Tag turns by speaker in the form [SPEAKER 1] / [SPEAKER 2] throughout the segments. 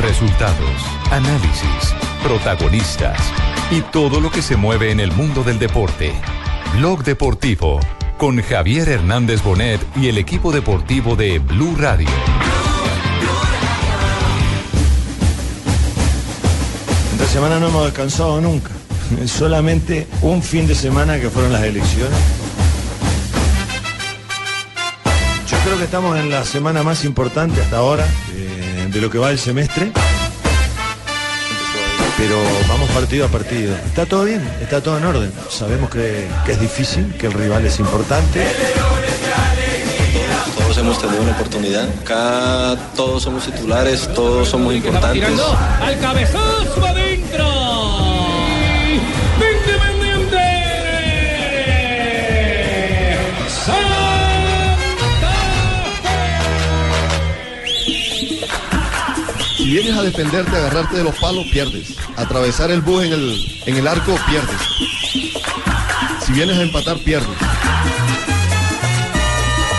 [SPEAKER 1] Resultados, análisis, protagonistas y todo lo que se mueve en el mundo del deporte. Blog Deportivo con Javier Hernández Bonet y el equipo deportivo de Blue Radio.
[SPEAKER 2] Esta semana no hemos descansado nunca. Solamente un fin de semana que fueron las elecciones. Yo creo que estamos en la semana más importante hasta ahora eh, de lo que va el semestre. Pero vamos partido a partido. Está todo bien, está todo en orden. Sabemos que, que es difícil, que el rival es importante.
[SPEAKER 3] Todos hemos tenido una oportunidad. Acá todos somos titulares, todos somos importantes.
[SPEAKER 4] Tirando al cabezazo adentro. Independiente.
[SPEAKER 5] Si vienes a defenderte, a agarrarte de los palos, pierdes. Atravesar el bus en el, en el arco, pierdes. Si vienes a empatar, pierdes.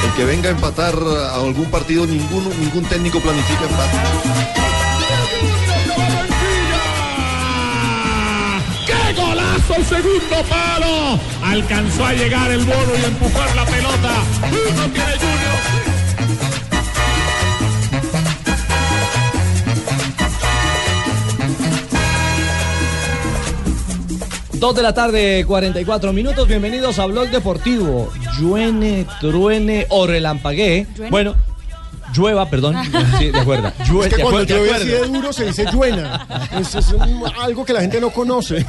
[SPEAKER 5] El que venga a empatar a algún partido, ninguno, ningún técnico planifica empate.
[SPEAKER 4] ¡Qué golazo el segundo palo! Alcanzó a llegar el bolo y a empujar la pelota. Uno tiene Junior.
[SPEAKER 6] Dos de la tarde, 44 minutos. Bienvenidos a Blog Deportivo. Lluene, truene o relampaguee. Bueno, llueva, perdón. Sí, de acuerdo. Llue-
[SPEAKER 7] Es que
[SPEAKER 6] de
[SPEAKER 7] cuando
[SPEAKER 6] acuerdo, de
[SPEAKER 7] llueve así
[SPEAKER 6] acuerdo.
[SPEAKER 7] de duro se dice lluena. Eso es un- algo que la gente no conoce.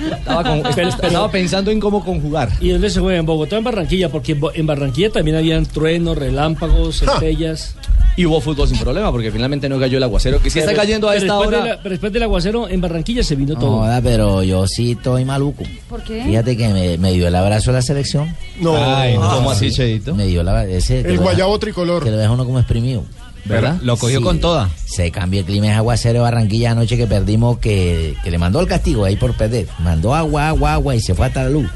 [SPEAKER 6] Estaba, con- estaba pensando en cómo conjugar.
[SPEAKER 8] ¿Y dónde se juega? ¿En Bogotá o en Barranquilla? Porque en Bo- en Barranquilla también habían truenos, relámpagos, centellas.
[SPEAKER 6] Y hubo fútbol sin problema porque finalmente no cayó el aguacero que sí está
[SPEAKER 8] Pero-
[SPEAKER 6] cayendo a
[SPEAKER 8] pero
[SPEAKER 6] esta
[SPEAKER 8] después de
[SPEAKER 6] hora.
[SPEAKER 8] la- pero después del aguacero, en Barranquilla se vino
[SPEAKER 9] No,
[SPEAKER 8] todo.
[SPEAKER 9] joda, pero yo sí estoy maluco.
[SPEAKER 10] ¿Por qué?
[SPEAKER 9] Fíjate que me, me dio el abrazo a la selección. Ah,
[SPEAKER 7] No.
[SPEAKER 6] Ay, ¿cómo así, Cheito?
[SPEAKER 9] Me dio el abrazo. Ese, que
[SPEAKER 7] El
[SPEAKER 9] lo
[SPEAKER 7] guayabo
[SPEAKER 9] deja-
[SPEAKER 7] tricolor.
[SPEAKER 9] Que lo deja uno como exprimido.
[SPEAKER 6] ¿Verdad? Lo cogió
[SPEAKER 9] Sí.
[SPEAKER 6] con toda.
[SPEAKER 9] Se cambió el clima, es aguacero de Barranquilla anoche que perdimos, que, que le mandó el castigo ahí por perder. Mandó agua, agua, agua y se fue hasta la luz.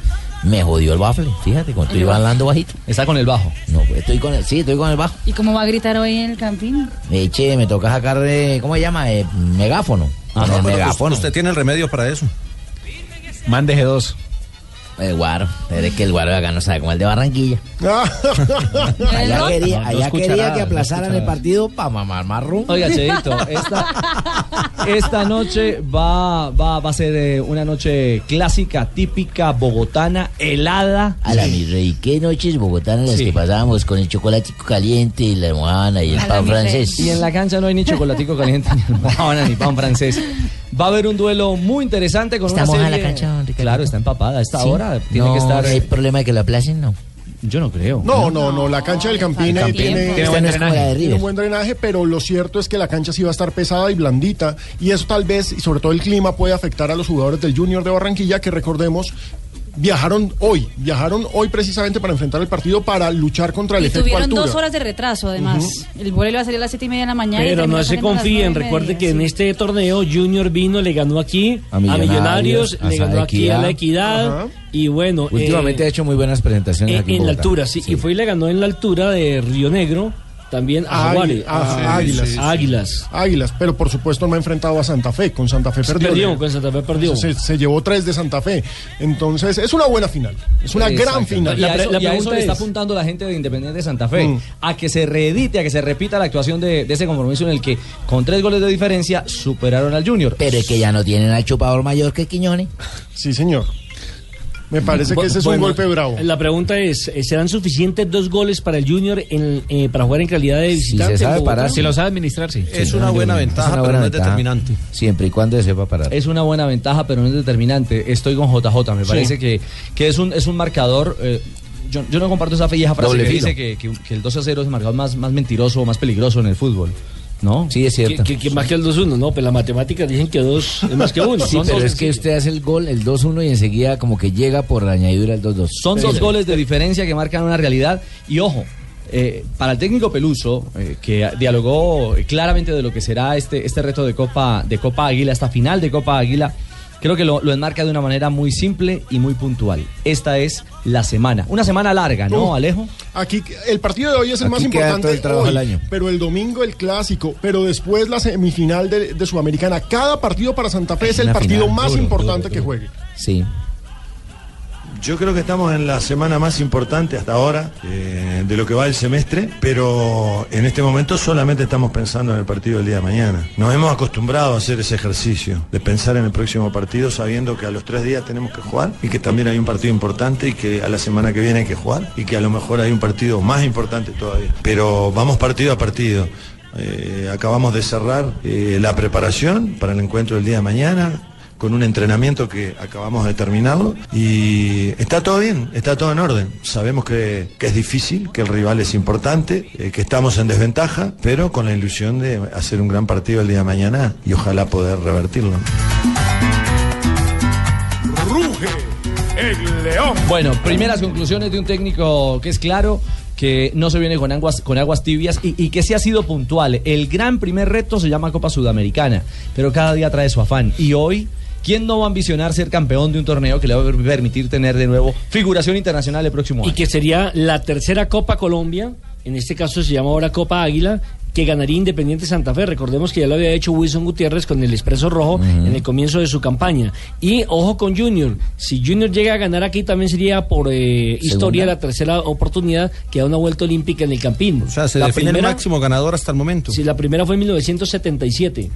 [SPEAKER 9] Me jodió el bafle, fíjate, cuando estoy hablando bajito.
[SPEAKER 6] Está con el bajo.
[SPEAKER 9] No, pues estoy con el, sí, estoy con el bajo.
[SPEAKER 10] ¿Y cómo va a gritar hoy en el campín?
[SPEAKER 9] Eh, che, me toca sacar de, ¿cómo se llama? Eh, megáfono.
[SPEAKER 11] Ah,
[SPEAKER 9] Con el megáfono.
[SPEAKER 11] tiene el remedio para eso.
[SPEAKER 6] Mande G2.
[SPEAKER 9] El guaro, pero es que el guaro de acá no sabe como el de Barranquilla. Allá
[SPEAKER 10] ¿No?
[SPEAKER 9] quería,
[SPEAKER 6] No, no
[SPEAKER 9] allá
[SPEAKER 6] escuchará,
[SPEAKER 9] quería que
[SPEAKER 6] no
[SPEAKER 9] aplazaran el
[SPEAKER 6] escuchará.
[SPEAKER 9] partido para mamar marrón.
[SPEAKER 6] Oiga, Cheito, esta, esta noche va, va, va a ser eh, una noche clásica, típica, bogotana, helada.
[SPEAKER 9] A la mi rey, qué noches bogotanas las
[SPEAKER 6] Sí.
[SPEAKER 9] que pasábamos con el chocolatico caliente y la almohada y el
[SPEAKER 10] A la
[SPEAKER 9] pan
[SPEAKER 10] mi rey.
[SPEAKER 9] francés.
[SPEAKER 6] Y en la cancha no hay ni chocolatico caliente, ni almohadona, ni pan francés. Va a haber un duelo muy interesante con
[SPEAKER 9] ¿Está
[SPEAKER 6] una
[SPEAKER 9] mojada
[SPEAKER 6] serie...
[SPEAKER 9] la cancha, don Ricardo?
[SPEAKER 6] Claro, está empapada. A esta
[SPEAKER 9] Sí.
[SPEAKER 6] hora tiene
[SPEAKER 9] No, eh.
[SPEAKER 6] que estar...
[SPEAKER 8] eh,
[SPEAKER 9] ¿Hay problema de que lo aplacen? No.
[SPEAKER 6] Yo no creo.
[SPEAKER 7] No, no, no. La cancha del Campín ahí
[SPEAKER 10] Campín.
[SPEAKER 7] tiene,
[SPEAKER 9] Esta no es como la de
[SPEAKER 7] tiene un
[SPEAKER 9] River.
[SPEAKER 7] buen drenaje, pero lo cierto es que la cancha sí va a estar pesada y blandita. Y eso tal vez, y sobre todo el clima, puede afectar a los jugadores del Junior de Barranquilla, que recordemos. Viajaron hoy, viajaron hoy precisamente para enfrentar el partido para luchar contra el
[SPEAKER 10] Y
[SPEAKER 7] efecto
[SPEAKER 10] tuvieron
[SPEAKER 7] altura.
[SPEAKER 10] dos horas de retraso, además. El vuelo iba a salir a las siete y media de la mañana. y
[SPEAKER 8] Pero
[SPEAKER 10] terminó
[SPEAKER 8] no se
[SPEAKER 10] saliendo a las
[SPEAKER 8] confíen,
[SPEAKER 10] nueve y
[SPEAKER 8] recuerde
[SPEAKER 10] media,
[SPEAKER 8] que en
[SPEAKER 10] sí.
[SPEAKER 8] este torneo Junior vino, le ganó aquí
[SPEAKER 9] A
[SPEAKER 8] a
[SPEAKER 9] Millonarios,
[SPEAKER 8] Millonarios,
[SPEAKER 9] a
[SPEAKER 8] le ganó aquí a
[SPEAKER 9] Equidad.
[SPEAKER 8] la Equidad
[SPEAKER 7] Ajá.
[SPEAKER 8] y bueno, eh,
[SPEAKER 9] Últimamente ha hecho muy buenas presentaciones
[SPEAKER 8] en,
[SPEAKER 9] aquí.
[SPEAKER 8] en la altura, sí, y fue y le ganó en la altura de Río Negro, también a
[SPEAKER 7] Águi-
[SPEAKER 8] Ah, Jaguares,
[SPEAKER 7] a-
[SPEAKER 8] a-
[SPEAKER 7] Ah, Águilas.
[SPEAKER 8] a Águilas.
[SPEAKER 7] Águilas, pero por supuesto no ha enfrentado a Santa Fe. Con Santa Fe perdió.
[SPEAKER 8] Perdió, con Santa Fe perdió.
[SPEAKER 7] Se, se llevó tres de Santa Fe. Entonces, es una buena final. Es una gran
[SPEAKER 6] Pues, Exacto.
[SPEAKER 7] final.
[SPEAKER 6] Y a,
[SPEAKER 8] pre-
[SPEAKER 6] eso,
[SPEAKER 8] la
[SPEAKER 6] y a eso
[SPEAKER 8] pregunta
[SPEAKER 6] le está
[SPEAKER 8] es-
[SPEAKER 6] apuntando la gente de Independiente de Santa Fe,
[SPEAKER 7] Mm.
[SPEAKER 6] a que se reedite, a que se repita la actuación de, de ese compromiso en el que con tres goles de diferencia superaron al Junior.
[SPEAKER 9] Pero es que ya no tienen al chupador mayor que Quiñones.
[SPEAKER 7] Sí, señor. Me parece que ese es un
[SPEAKER 8] Bueno,
[SPEAKER 7] golpe bravo.
[SPEAKER 8] La pregunta es, eh, ¿serán suficientes dos goles para el Junior en- eh, para jugar en calidad de visitante?
[SPEAKER 9] se sabe
[SPEAKER 8] en Bogotá?
[SPEAKER 9] parar, si lo
[SPEAKER 8] sabe administrar, sí.
[SPEAKER 11] Es una buena ventaja,
[SPEAKER 9] una
[SPEAKER 11] pero
[SPEAKER 9] buena
[SPEAKER 11] no es
[SPEAKER 9] ventaja,
[SPEAKER 11] determinante.
[SPEAKER 9] Siempre y cuando se sepa parar.
[SPEAKER 6] Es una buena ventaja, pero no es determinante. Estoy con JJ, me parece que, que es, un, es un marcador. eh, yo, yo no comparto esa pelleja frase
[SPEAKER 9] Doble
[SPEAKER 6] que
[SPEAKER 9] filo.
[SPEAKER 6] dice que, que, que el 2 a 0 es el marcador más, más mentiroso o más peligroso en el fútbol. ¿No?
[SPEAKER 9] Sí, es
[SPEAKER 8] Que,
[SPEAKER 9] cierto.
[SPEAKER 8] que- que más que el 2-1, no, pero las matemáticas dicen que dos es más que uno.
[SPEAKER 9] Sí,
[SPEAKER 8] Son
[SPEAKER 9] pero
[SPEAKER 8] dos
[SPEAKER 9] es que
[SPEAKER 8] sencillos.
[SPEAKER 9] usted hace el gol, el 2-1, y enseguida como que llega por la añadidura el 2-2.
[SPEAKER 6] Son dos goles de diferencia que marcan una realidad. Y ojo, eh, para el técnico Peluso, eh, que dialogó claramente de lo que será este, este reto de Copa, de Copa Águila, esta final de Copa Águila, Creo que lo, lo enmarca de una manera muy simple y muy puntual. Esta es la semana. Una semana larga, ¿no,
[SPEAKER 7] Uh,
[SPEAKER 6] Alejo?
[SPEAKER 7] Aquí el partido de hoy es el
[SPEAKER 6] Aquí
[SPEAKER 7] más
[SPEAKER 6] queda
[SPEAKER 7] importante.
[SPEAKER 6] todo el trabajo
[SPEAKER 7] hoy,
[SPEAKER 6] del año.
[SPEAKER 7] Pero el domingo el clásico, pero después la semifinal de, de Sudamericana. Cada partido para Santa Fe es, el
[SPEAKER 2] una
[SPEAKER 7] partido
[SPEAKER 2] final,
[SPEAKER 7] más
[SPEAKER 2] duro,
[SPEAKER 7] importante que juegue.
[SPEAKER 9] Sí.
[SPEAKER 2] Yo creo que estamos en la semana más importante hasta ahora eh, de lo que va el semestre, pero en este momento solamente estamos pensando en el partido del día de mañana. Nos hemos acostumbrado a hacer ese ejercicio de pensar en el próximo partido sabiendo que a los tres días tenemos que jugar y que también hay un partido importante y que a la semana que viene hay que jugar y que a lo mejor hay un partido más importante todavía. Pero vamos partido a partido. Eh, acabamos de cerrar eh, la preparación para el encuentro del día de mañana con un entrenamiento que acabamos de terminarlo y está todo bien, está todo en orden. Sabemos que, que es difícil, que el rival es importante, eh, que estamos en desventaja, pero con la ilusión de hacer un gran partido el día de mañana y ojalá poder revertirlo.
[SPEAKER 4] Ruge el león.
[SPEAKER 6] Bueno, primeras conclusiones de un técnico que es claro, que no se viene con aguas, con aguas tibias y, y que sí ha sido puntual. El gran primer reto se llama Copa Sudamericana, pero cada día trae su afán. Y hoy, ¿quién no va a ambicionar ser campeón de un torneo que le va a permitir tener de nuevo figuración internacional el próximo
[SPEAKER 8] Y
[SPEAKER 6] año?
[SPEAKER 8] que sería la tercera Copa Colombia, en este caso se llama ahora Copa Águila, que ganaría Independiente Santa Fe. Recordemos que ya lo había hecho Wilson Gutiérrez con el Expreso Rojo en el comienzo de su campaña. Y ojo con Junior, si Junior llega a ganar aquí también sería por eh, historia la tercera oportunidad que da una vuelta olímpica en el Campín. O sea,
[SPEAKER 11] Se define el máximo ganador hasta el momento.
[SPEAKER 8] Sí, la primera fue en 1977.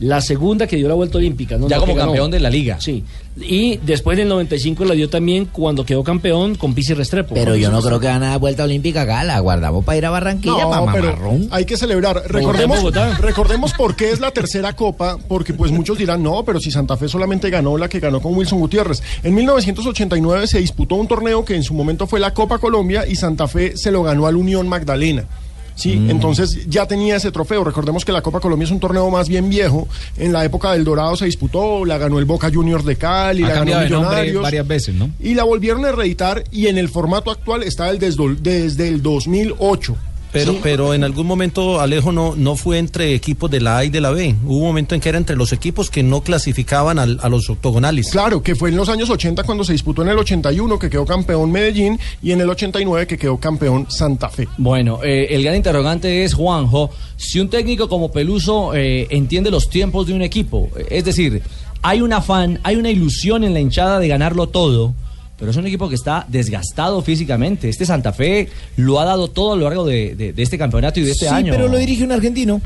[SPEAKER 8] La segunda que dio la vuelta olímpica. ¿no?
[SPEAKER 6] Ya
[SPEAKER 8] La
[SPEAKER 6] como
[SPEAKER 8] que ganó.
[SPEAKER 6] campeón de la liga.
[SPEAKER 8] Sí. Y después en el 95 la dio también cuando quedó campeón con Pisi Restrepo.
[SPEAKER 6] Pues
[SPEAKER 9] Pero
[SPEAKER 8] Con
[SPEAKER 9] yo
[SPEAKER 8] Pizzi
[SPEAKER 9] no creo
[SPEAKER 8] Restrepo.
[SPEAKER 9] que gana vuelta olímpica acá, la guardamos para ir a Barranquilla, para mamarrón.
[SPEAKER 7] hay que celebrar. Recordemos, recordemos por qué es la tercera copa, porque pues muchos dirán, no, pero si Santa Fe solamente ganó la que ganó con Wilson Gutiérrez. En 1989 se disputó un torneo que en su momento fue la Copa Colombia y Santa Fe se lo ganó al Unión Magdalena. Sí, entonces ya tenía ese trofeo. Recordemos que la Copa Colombia es un torneo más bien viejo. En la época del Dorado se disputó, la ganó el Boca Juniors de Cali,
[SPEAKER 11] Ha
[SPEAKER 7] la ganó
[SPEAKER 11] cambiado de nombre
[SPEAKER 7] Millonarios
[SPEAKER 11] varias veces, ¿no?
[SPEAKER 7] y la volvieron a reeditar y en el formato actual está el desdol- desde el 2008.
[SPEAKER 11] Pero, pero en algún momento Alejo no, no fue entre equipos de la A y de la B. Hubo un momento en que era entre los equipos que no clasificaban al- a los octogonales.
[SPEAKER 7] Claro, que fue en los años 80 cuando se disputó en el 81 que quedó campeón Medellín y en el 89 que quedó campeón Santa Fe.
[SPEAKER 6] Bueno, eh, el gran interrogante es, Juanjo, si un técnico como Peluso eh, entiende los tiempos de un equipo, eh, es decir, hay un afán, hay una ilusión en la hinchada de ganarlo todo, pero es un equipo que está desgastado físicamente. Este Santa Fe lo ha dado todo a lo largo de, de- de este campeonato y de este
[SPEAKER 9] sí,
[SPEAKER 6] año.
[SPEAKER 9] pero lo dirige un argentino.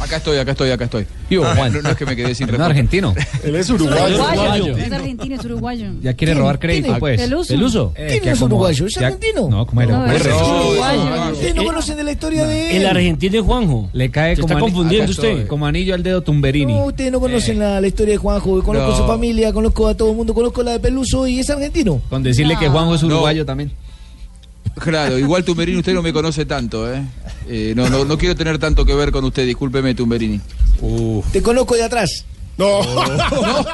[SPEAKER 12] Acá estoy, acá estoy, acá estoy.
[SPEAKER 6] Yo, Juan.
[SPEAKER 12] Ah, No, no es que me quedé sin
[SPEAKER 6] No,
[SPEAKER 12] respuesta.
[SPEAKER 6] argentino.
[SPEAKER 7] Él es
[SPEAKER 10] Es uruguayo. Es argentino, es uruguayo.
[SPEAKER 12] Ya quiere
[SPEAKER 10] ¿Quién?
[SPEAKER 12] robar crédito,
[SPEAKER 10] ¿Quién?
[SPEAKER 12] pues.
[SPEAKER 10] Peluso.
[SPEAKER 12] Peluso.
[SPEAKER 10] Eh,
[SPEAKER 9] ¿Quién
[SPEAKER 12] que
[SPEAKER 9] no es
[SPEAKER 12] como-
[SPEAKER 9] uruguayo? ¿Es
[SPEAKER 12] ya-
[SPEAKER 9] argentino?
[SPEAKER 12] No, ¿cómo era? No,
[SPEAKER 9] Ustedes
[SPEAKER 12] es
[SPEAKER 9] no,
[SPEAKER 13] Ah,
[SPEAKER 12] uruguayo.
[SPEAKER 9] conocen de la historia de él.
[SPEAKER 8] El argentino es Juanjo.
[SPEAKER 12] Le cae
[SPEAKER 8] Se
[SPEAKER 12] como
[SPEAKER 8] está
[SPEAKER 12] ani-
[SPEAKER 8] confundiendo
[SPEAKER 12] acá estoy,
[SPEAKER 8] usted.
[SPEAKER 12] Como anillo al dedo Tumberini.
[SPEAKER 9] No, ustedes
[SPEAKER 13] Eh,
[SPEAKER 9] no conocen
[SPEAKER 6] Eh.
[SPEAKER 9] la, la historia de Juanjo. Yo Conozco
[SPEAKER 12] No.
[SPEAKER 9] su familia, conozco a todo el mundo, conozco la de Peluso y es argentino.
[SPEAKER 12] Con decirle
[SPEAKER 9] No.
[SPEAKER 12] que Juanjo es uruguayo también. Claro, igual Tumberini usted no me conoce tanto, ¿eh? Eh, no, no, no quiero tener tanto que ver con usted, discúlpeme Tumberini.
[SPEAKER 9] Te conozco de atrás.
[SPEAKER 6] Oh.
[SPEAKER 7] No.
[SPEAKER 12] Oh.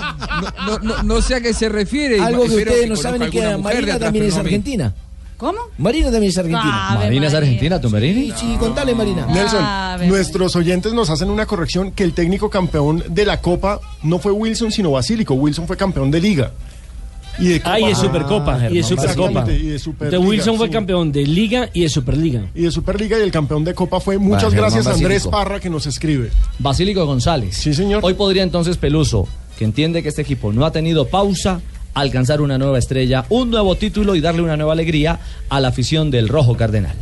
[SPEAKER 12] No, no, no. No, no, no sé a qué se refiere.
[SPEAKER 9] Algo que
[SPEAKER 12] Espero
[SPEAKER 9] ustedes no
[SPEAKER 12] conozca
[SPEAKER 9] saben es
[SPEAKER 12] alguna
[SPEAKER 9] que
[SPEAKER 12] mujer de
[SPEAKER 9] Marina
[SPEAKER 12] atrás,
[SPEAKER 9] también
[SPEAKER 12] pero
[SPEAKER 9] es
[SPEAKER 12] no a mí.
[SPEAKER 9] argentina.
[SPEAKER 10] ¿Cómo?
[SPEAKER 9] Marina también es
[SPEAKER 6] Ah.
[SPEAKER 9] argentina.
[SPEAKER 10] Ave Marina es María.
[SPEAKER 6] argentina, Tumberini.
[SPEAKER 9] Sí, sí, contale, Marina.
[SPEAKER 7] Nelson,
[SPEAKER 10] Ah, verdad.
[SPEAKER 7] nuestros oyentes nos hacen una corrección que el técnico campeón de la Copa no fue Wilson sino Basílico. Wilson fue campeón de Liga. Y de
[SPEAKER 8] Ah, y de Supercopa, y de Supercopa.
[SPEAKER 7] Exactamente, y de
[SPEAKER 8] De
[SPEAKER 7] Superliga,
[SPEAKER 8] Wilson fue
[SPEAKER 7] sí.
[SPEAKER 8] campeón de Liga y de Superliga.
[SPEAKER 7] Y de Superliga y el campeón de Copa fue. Muchas
[SPEAKER 6] Germán
[SPEAKER 7] gracias a Andrés
[SPEAKER 6] Basílico.
[SPEAKER 7] Parra que nos escribe.
[SPEAKER 6] Basílico González. Sí, señor. Hoy podría entonces Peluso, que entiende que este equipo no ha tenido pausa, alcanzar una nueva estrella, un nuevo título y darle una nueva alegría a la afición del Rojo Cardenal.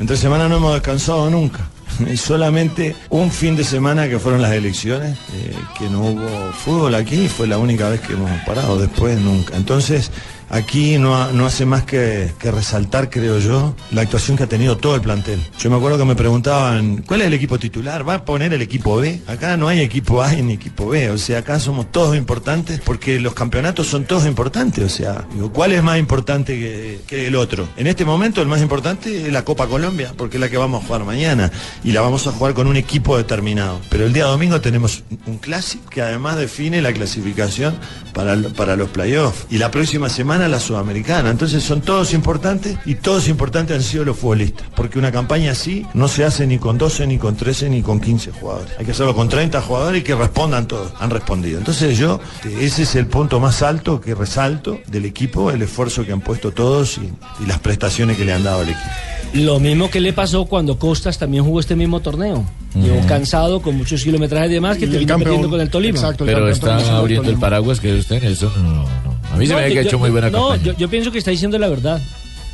[SPEAKER 2] Entre semana no hemos descansado nunca. Y solamente un fin de semana que fueron las elecciones, eh, que no hubo fútbol aquí, fue la única vez que hemos parado, después nunca. Entonces, aquí no, ha- no hace más que, que resaltar, creo yo, la actuación que ha tenido todo el plantel. Yo me acuerdo que me preguntaban, ¿cuál es el equipo titular? ¿Va a poner el equipo B? Acá no hay equipo A ni equipo B, o sea, acá somos todos importantes porque los campeonatos son todos importantes, o sea, digo, ¿cuál es más importante que, que el otro? En este momento el más importante es la Copa Colombia, porque es la que vamos a jugar mañana y la vamos a jugar con un equipo determinado. Pero el día domingo tenemos un clásico que además define la clasificación para, lo- para los playoffs. Y la próxima semana Sudamericana a la Sudamericana. Entonces son todos importantes y todos importantes han sido los futbolistas. Porque una campaña así no se hace ni con 12, ni con 13, ni con 15 jugadores. Hay que hacerlo con 30 jugadores y que respondan todos. Han respondido. Entonces yo, ese es el punto más alto que resalto del equipo, el esfuerzo que han puesto todos y, y las prestaciones que le han dado al equipo.
[SPEAKER 8] Lo mismo que le pasó cuando Costas también jugó este mismo torneo. Llegó cansado, con muchos kilometrajes de más, que terminó perdiendo con el Tolima.
[SPEAKER 14] Pero está abriendo el paraguas que usted, Nelson. No, no. A mí se
[SPEAKER 8] No,
[SPEAKER 14] me ve
[SPEAKER 8] yo-
[SPEAKER 14] que ha
[SPEAKER 8] yo-
[SPEAKER 14] hecho muy buena
[SPEAKER 8] No,
[SPEAKER 14] campaña.
[SPEAKER 8] yo, yo pienso que está diciendo la verdad.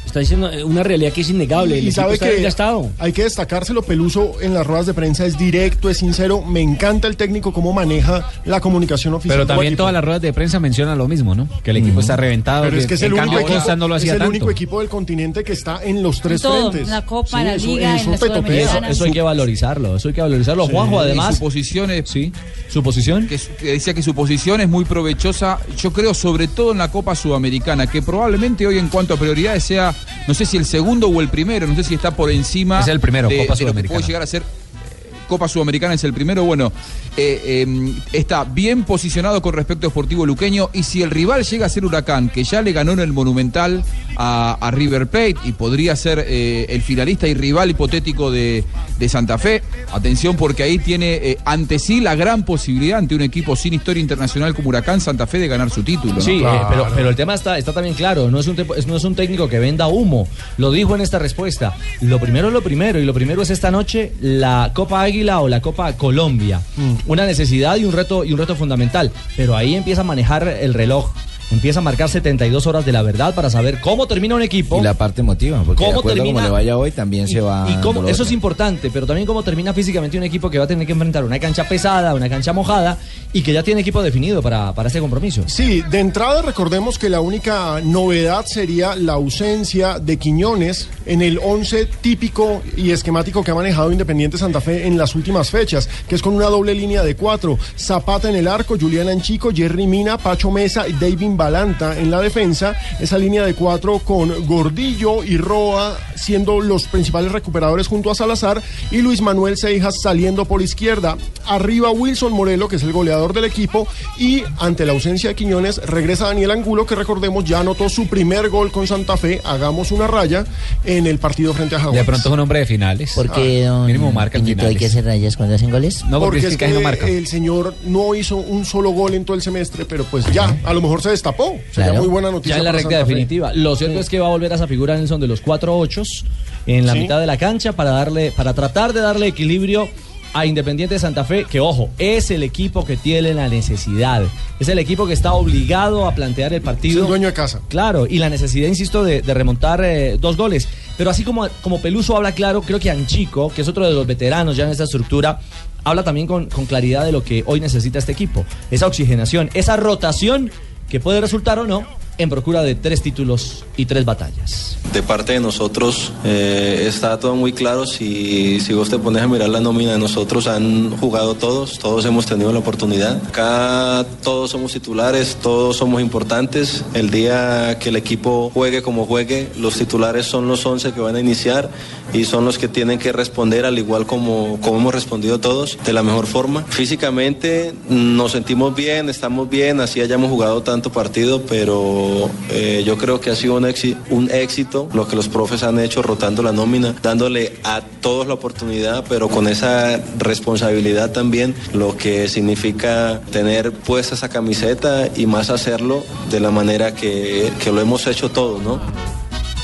[SPEAKER 8] Está diciendo eh, una realidad que es innegable. El
[SPEAKER 7] Y
[SPEAKER 8] equipo
[SPEAKER 7] sabe
[SPEAKER 8] está
[SPEAKER 7] que
[SPEAKER 8] desgastado.
[SPEAKER 7] hay que destacárselo, Peluso en las ruedas de prensa es directo, es sincero. Me encanta el técnico cómo maneja la comunicación oficial.
[SPEAKER 13] Pero
[SPEAKER 7] del
[SPEAKER 13] también
[SPEAKER 7] equipo.
[SPEAKER 13] todas las ruedas de prensa mencionan lo mismo, ¿no? Que el equipo está reventado.
[SPEAKER 7] Pero es que es
[SPEAKER 13] Ah, en
[SPEAKER 7] el, único
[SPEAKER 13] cambio,
[SPEAKER 7] equipo,
[SPEAKER 13] Costa no lo
[SPEAKER 7] es
[SPEAKER 13] hacía
[SPEAKER 7] el
[SPEAKER 13] tanto.
[SPEAKER 7] único equipo del continente que está en los tres
[SPEAKER 10] En todo,
[SPEAKER 7] frentes.
[SPEAKER 10] en la Copa, en la Liga, en la
[SPEAKER 7] te topea.
[SPEAKER 10] Sudamericana.
[SPEAKER 6] Eso, eso hay que valorizarlo, eso hay que valorizarlo.
[SPEAKER 12] Sí.
[SPEAKER 6] Juanjo,
[SPEAKER 12] Y su
[SPEAKER 6] además,
[SPEAKER 12] posición es.
[SPEAKER 13] Sí. ¿Su posición?
[SPEAKER 12] Que, su- que decía que su posición es muy provechosa, yo creo, sobre todo en la Copa Sudamericana, que probablemente hoy, en cuanto a prioridades, sea, no sé si el segundo o el primero, no sé si está por encima.
[SPEAKER 13] Es el primero,
[SPEAKER 12] de,
[SPEAKER 13] Copa
[SPEAKER 12] de lo que puede
[SPEAKER 13] Sudamericana.
[SPEAKER 12] llegar a ser. eh, Copa Sudamericana es el primero, bueno, eh, eh, está bien posicionado con respecto a Sportivo Luqueño y si el rival llega a ser Huracán, que ya le ganó en el Monumental a, a River Plate y podría ser eh, el finalista y rival hipotético de, de Santa Fe, atención porque ahí tiene eh, ante sí la gran posibilidad ante un equipo sin historia internacional como Huracán Santa Fe de ganar su título. ¿no?
[SPEAKER 6] Sí, eh, pero, pero el tema está, está también claro. No es, un tepo- es- no es un técnico que venda humo. Lo dijo en esta respuesta. Lo primero es lo primero. Y lo primero es esta noche la Copa Águila o la Copa Colombia.
[SPEAKER 7] Mm.
[SPEAKER 6] Una necesidad y un reto, y un reto fundamental. Pero ahí empieza a manejar el reloj. Empieza a marcar 72 horas de la verdad para saber cómo termina un equipo.
[SPEAKER 9] Y la parte emotiva, porque de
[SPEAKER 6] ¿Cómo
[SPEAKER 9] acuerdo
[SPEAKER 6] termina?
[SPEAKER 9] como le vaya hoy también se va.
[SPEAKER 6] Y cómo,
[SPEAKER 9] dando
[SPEAKER 6] eso
[SPEAKER 9] lo
[SPEAKER 6] es importante, pero también cómo termina físicamente un equipo que va a tener que enfrentar una cancha pesada, una cancha mojada y que ya tiene equipo definido para, para este compromiso.
[SPEAKER 7] Sí, de entrada recordemos que la única novedad sería la ausencia de Quiñones en el 11 típico y esquemático que ha manejado Independiente Santa Fe en las últimas fechas, que es con una doble línea de cuatro. Zapata en el arco, Julián Anchico, Jerry Mina, Pacho Mesa y David Balanta en la defensa. Esa línea de cuatro con Gordillo y Roa siendo los principales recuperadores junto a Salazar y Luis Manuel Seijas saliendo por izquierda. Arriba Wilson Morelo, que es el goleador del equipo, y ante la ausencia de Quiñones regresa Daniel Angulo, que recordemos ya anotó su primer gol con Santa Fe, hagamos una raya, en el partido frente a Jaguares.
[SPEAKER 13] De pronto es un hombre de finales.
[SPEAKER 7] Porque,
[SPEAKER 13] Ah, mínimo marca en
[SPEAKER 9] Peñito, hay
[SPEAKER 13] finales.
[SPEAKER 9] que hacer rayas cuando hacen goles.
[SPEAKER 13] No, porque,
[SPEAKER 7] porque
[SPEAKER 13] es que
[SPEAKER 7] es
[SPEAKER 13] casi no marca.
[SPEAKER 7] que el señor no hizo un solo gol en todo el semestre, pero pues ya, a lo mejor se destapó. Sería muy buena noticia.
[SPEAKER 6] Ya en la
[SPEAKER 7] para
[SPEAKER 6] recta
[SPEAKER 7] Santa Fe.
[SPEAKER 6] definitiva. Lo cierto es que va a volver a esa figura Nelson de los cuatro ochos en la
[SPEAKER 7] Sí.
[SPEAKER 6] mitad de la cancha para darle, para tratar de darle equilibrio a Independiente de Santa Fe, que ojo, es el equipo que tiene la necesidad. Es el equipo que está obligado a plantear el partido.
[SPEAKER 7] Es el dueño de casa.
[SPEAKER 6] Claro, y la necesidad, insisto, de, de remontar eh, dos goles. Pero así como, como Peluso habla claro, creo que Anchico, que es otro de los veteranos ya en esta estructura, habla también con, con claridad de lo que hoy necesita este equipo. Esa oxigenación, esa rotación que puede resultar o no en procura de tres títulos y tres batallas.
[SPEAKER 3] De parte de nosotros eh, está todo muy claro. Si, si vos te pones a mirar la nómina de nosotros, han jugado todos, todos hemos tenido la oportunidad. Acá todos somos titulares, todos somos importantes. El día que el equipo juegue como juegue, los titulares son los 11 que van a iniciar y son los que tienen que responder al igual como, como hemos respondido todos, de la mejor forma. Físicamente mm, nos sentimos bien, estamos bien, así hayamos jugado tanto partido, pero eh, yo creo que ha sido un, exi- un éxito lo que los profes han hecho rotando la nómina, dándole a todos la oportunidad, pero con esa responsabilidad también, lo que significa tener puesta esa camiseta y más hacerlo de la manera que, que lo hemos hecho todos, ¿no?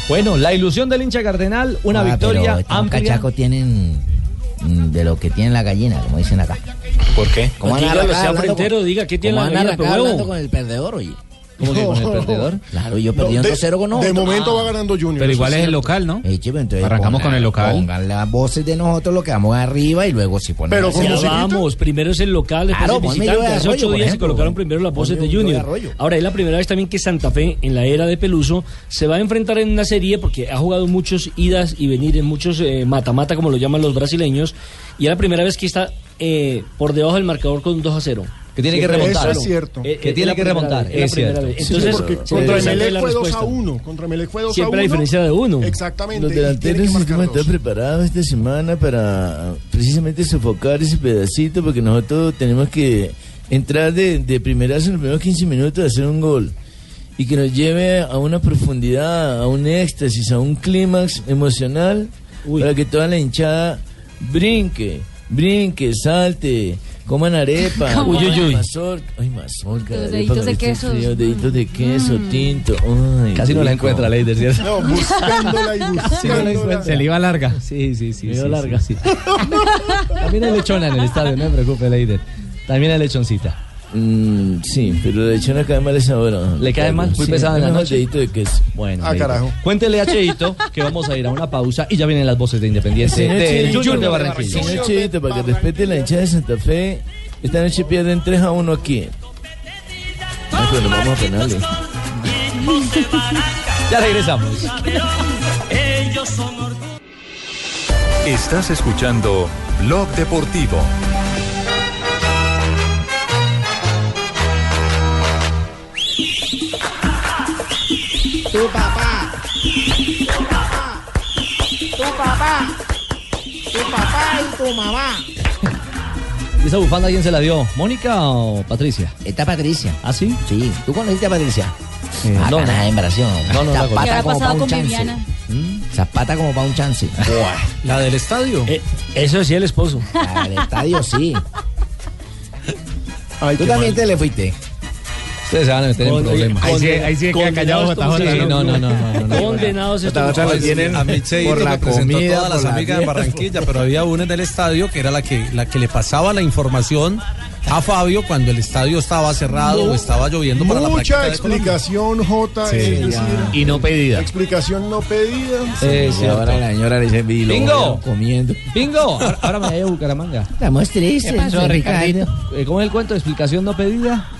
[SPEAKER 6] Bueno, la ilusión del hincha cardenal, una
[SPEAKER 9] Ah, pero
[SPEAKER 6] victoria
[SPEAKER 9] estos
[SPEAKER 6] amplia.
[SPEAKER 9] cachacos tienen mm, de lo que tienen la gallina, como dicen acá.
[SPEAKER 14] ¿Por qué?
[SPEAKER 9] Como
[SPEAKER 8] Dígalo,
[SPEAKER 9] arrancado
[SPEAKER 8] sea
[SPEAKER 9] hablando
[SPEAKER 8] frentero,
[SPEAKER 9] con-
[SPEAKER 8] diga, ¿qué tiene
[SPEAKER 9] como
[SPEAKER 8] la
[SPEAKER 9] han
[SPEAKER 8] gallina,
[SPEAKER 9] arrancado
[SPEAKER 8] pero huevo?
[SPEAKER 9] hablando con el perdedor, oye.
[SPEAKER 6] ¿Cómo que con el perdedor?
[SPEAKER 9] Claro, yo
[SPEAKER 7] No,
[SPEAKER 9] perdí
[SPEAKER 7] de-
[SPEAKER 9] 0 con otro.
[SPEAKER 7] de momento va ganando Junior. eso cierto.
[SPEAKER 9] local, ¿no?
[SPEAKER 7] Arrancamos
[SPEAKER 9] con el local. Pongan las voces de nosotros, lo que vamos arriba y luego si ponen.
[SPEAKER 8] Pero
[SPEAKER 9] las-
[SPEAKER 8] como vamos, primero es el local, después
[SPEAKER 9] Claro,
[SPEAKER 8] el
[SPEAKER 9] ponme
[SPEAKER 8] visitante.
[SPEAKER 9] Joe
[SPEAKER 8] Hace
[SPEAKER 9] Arroyo,
[SPEAKER 8] ocho
[SPEAKER 9] por
[SPEAKER 8] días se
[SPEAKER 9] ejemplo.
[SPEAKER 8] colocaron primero las voces
[SPEAKER 9] Ponme
[SPEAKER 8] de
[SPEAKER 9] Joe
[SPEAKER 8] Junior.
[SPEAKER 9] Arroyo.
[SPEAKER 8] Ahora es la primera vez también que Santa Fe, en la era de Peluso, se va a enfrentar en una serie porque ha jugado muchos idas y venir en muchos eh, mata-mata, como lo llaman los brasileños, y es la primera vez que está eh, por debajo del marcador con un 2 a 0.
[SPEAKER 6] Que tiene que remontar. Eso Ah, es cierto.
[SPEAKER 7] Eh,
[SPEAKER 6] Que tiene que remontar,
[SPEAKER 8] Eh, Es la
[SPEAKER 6] es
[SPEAKER 8] primera
[SPEAKER 6] cierto.
[SPEAKER 8] vez.
[SPEAKER 6] Sí,
[SPEAKER 8] Entonces, eh,
[SPEAKER 6] porque
[SPEAKER 8] se
[SPEAKER 7] Contra
[SPEAKER 8] debe saber
[SPEAKER 7] Melec
[SPEAKER 8] la
[SPEAKER 7] fue 2 a
[SPEAKER 8] respuesta.
[SPEAKER 7] 1. Contra Melec fue 2 a 1.
[SPEAKER 8] Siempre la diferencia de uno.
[SPEAKER 7] Exactamente.
[SPEAKER 15] Los
[SPEAKER 7] y tiene que
[SPEAKER 15] delanteros
[SPEAKER 7] marcar
[SPEAKER 15] estamos
[SPEAKER 7] dos.
[SPEAKER 15] están preparados esta semana para ah, precisamente sofocar ese pedacito porque nosotros tenemos que entrar de, de primerazo en los primeros 15 minutos a hacer un gol. y que nos lleve a una profundidad, a un éxtasis, a un clímax emocional para que toda la hinchada brinque, brinque, salte, coman arepa,
[SPEAKER 9] Uy, uy, uy.
[SPEAKER 15] mazor- ay, mazorca,
[SPEAKER 10] Los
[SPEAKER 15] arepa
[SPEAKER 10] deditos
[SPEAKER 15] con
[SPEAKER 10] de
[SPEAKER 15] este
[SPEAKER 10] queso.
[SPEAKER 15] frío, deditos de queso,
[SPEAKER 9] Mm.
[SPEAKER 15] tinto, ay,
[SPEAKER 13] Casi no la
[SPEAKER 15] rico.
[SPEAKER 13] encuentra, Leider, ¿cierto? No,
[SPEAKER 7] buscándola y
[SPEAKER 13] Sí, no la
[SPEAKER 7] buscándola.
[SPEAKER 13] encuentra. Se le iba larga. Sí, sí, sí.
[SPEAKER 7] Le iba
[SPEAKER 13] sí,
[SPEAKER 7] larga.
[SPEAKER 13] sí, sí. También hay lechona en el estadio, no me preocupe, Leider. También hay lechoncita.
[SPEAKER 15] Mm, sí, pero la lechona cae mal esa hora.
[SPEAKER 6] ¿Le cae mal? Muy
[SPEAKER 15] Sí,
[SPEAKER 6] pesada en la
[SPEAKER 15] mejor
[SPEAKER 6] noche.
[SPEAKER 15] dedito de queso.
[SPEAKER 6] Bueno,
[SPEAKER 15] Ah,
[SPEAKER 6] Leito.
[SPEAKER 15] carajo.
[SPEAKER 6] Cuéntele a Cheito que vamos a ir a una pausa y ya vienen las voces de Independiente
[SPEAKER 15] Señor
[SPEAKER 6] del
[SPEAKER 15] Cheito,
[SPEAKER 6] Junior de Barranquilla.
[SPEAKER 15] Señor Cheito, para que respete la hinchada de Santa Fe, esta noche pierden 3 a 1 aquí. Ah, pero nos vamos a penales.
[SPEAKER 6] Ya regresamos.
[SPEAKER 4] Ellos son
[SPEAKER 1] Estás escuchando Blog Deportivo.
[SPEAKER 4] Tu papá. Tu papá. Tu papá y tu mamá.
[SPEAKER 6] ¿Y esa bufanda quién se la dio? ¿Mónica o Patricia?
[SPEAKER 9] Está Patricia.
[SPEAKER 6] ¿Ah, sí?
[SPEAKER 9] Sí. ¿Tú conociste a Patricia?
[SPEAKER 6] Eh,
[SPEAKER 9] ah,
[SPEAKER 6] no,
[SPEAKER 9] carajo,
[SPEAKER 6] no.
[SPEAKER 9] en Brasil.
[SPEAKER 6] No, no, no la
[SPEAKER 9] Zapata
[SPEAKER 6] conozco.
[SPEAKER 10] ¿Qué ha
[SPEAKER 9] como
[SPEAKER 10] pasado
[SPEAKER 9] pa'
[SPEAKER 10] con
[SPEAKER 9] un chance.
[SPEAKER 10] Viviana?
[SPEAKER 9] Zapata como para un chance.
[SPEAKER 8] ¿La del estadio? eso sí, eh, el esposo.
[SPEAKER 9] La del Ah, estadio sí. Tú
[SPEAKER 8] qué
[SPEAKER 9] también
[SPEAKER 8] mal.
[SPEAKER 9] te le fuiste.
[SPEAKER 6] Ustedes se van a meter en
[SPEAKER 9] Conde-
[SPEAKER 6] problemas.
[SPEAKER 9] Ahí sí- ahí sí queda callado
[SPEAKER 6] Condenados como
[SPEAKER 9] J.J.
[SPEAKER 6] si-
[SPEAKER 9] Larón.
[SPEAKER 6] No, no, no, no, no, no.
[SPEAKER 8] Condenados
[SPEAKER 11] Tabata la tienen Pues, a Micheito
[SPEAKER 15] por la
[SPEAKER 11] que presentó
[SPEAKER 15] comida,
[SPEAKER 11] todas las
[SPEAKER 15] por la
[SPEAKER 11] amigas en
[SPEAKER 15] dieta.
[SPEAKER 11] Barranquilla, pero había una en el estadio que era la que, la que le pasaba la información a Fabio cuando el estadio estaba cerrado
[SPEAKER 7] Mu-
[SPEAKER 11] o estaba lloviendo para la práctica
[SPEAKER 7] Mucha
[SPEAKER 11] de Colombia.
[SPEAKER 7] explicación, J.
[SPEAKER 11] Sí,
[SPEAKER 7] es decir,
[SPEAKER 11] y no pedida.
[SPEAKER 7] Explicación no pedida.
[SPEAKER 9] y ahora la señora le dice "Vilo,
[SPEAKER 6] Bingo.
[SPEAKER 9] comiendo.
[SPEAKER 6] Bingo, ahora, ahora me voy a Bucaramanga.
[SPEAKER 9] Estamos tristes.
[SPEAKER 6] ¿Qué pasó,
[SPEAKER 9] Ricardo?
[SPEAKER 6] Eh, ¿Cómo es el cuento? ¿Explicación no pedida?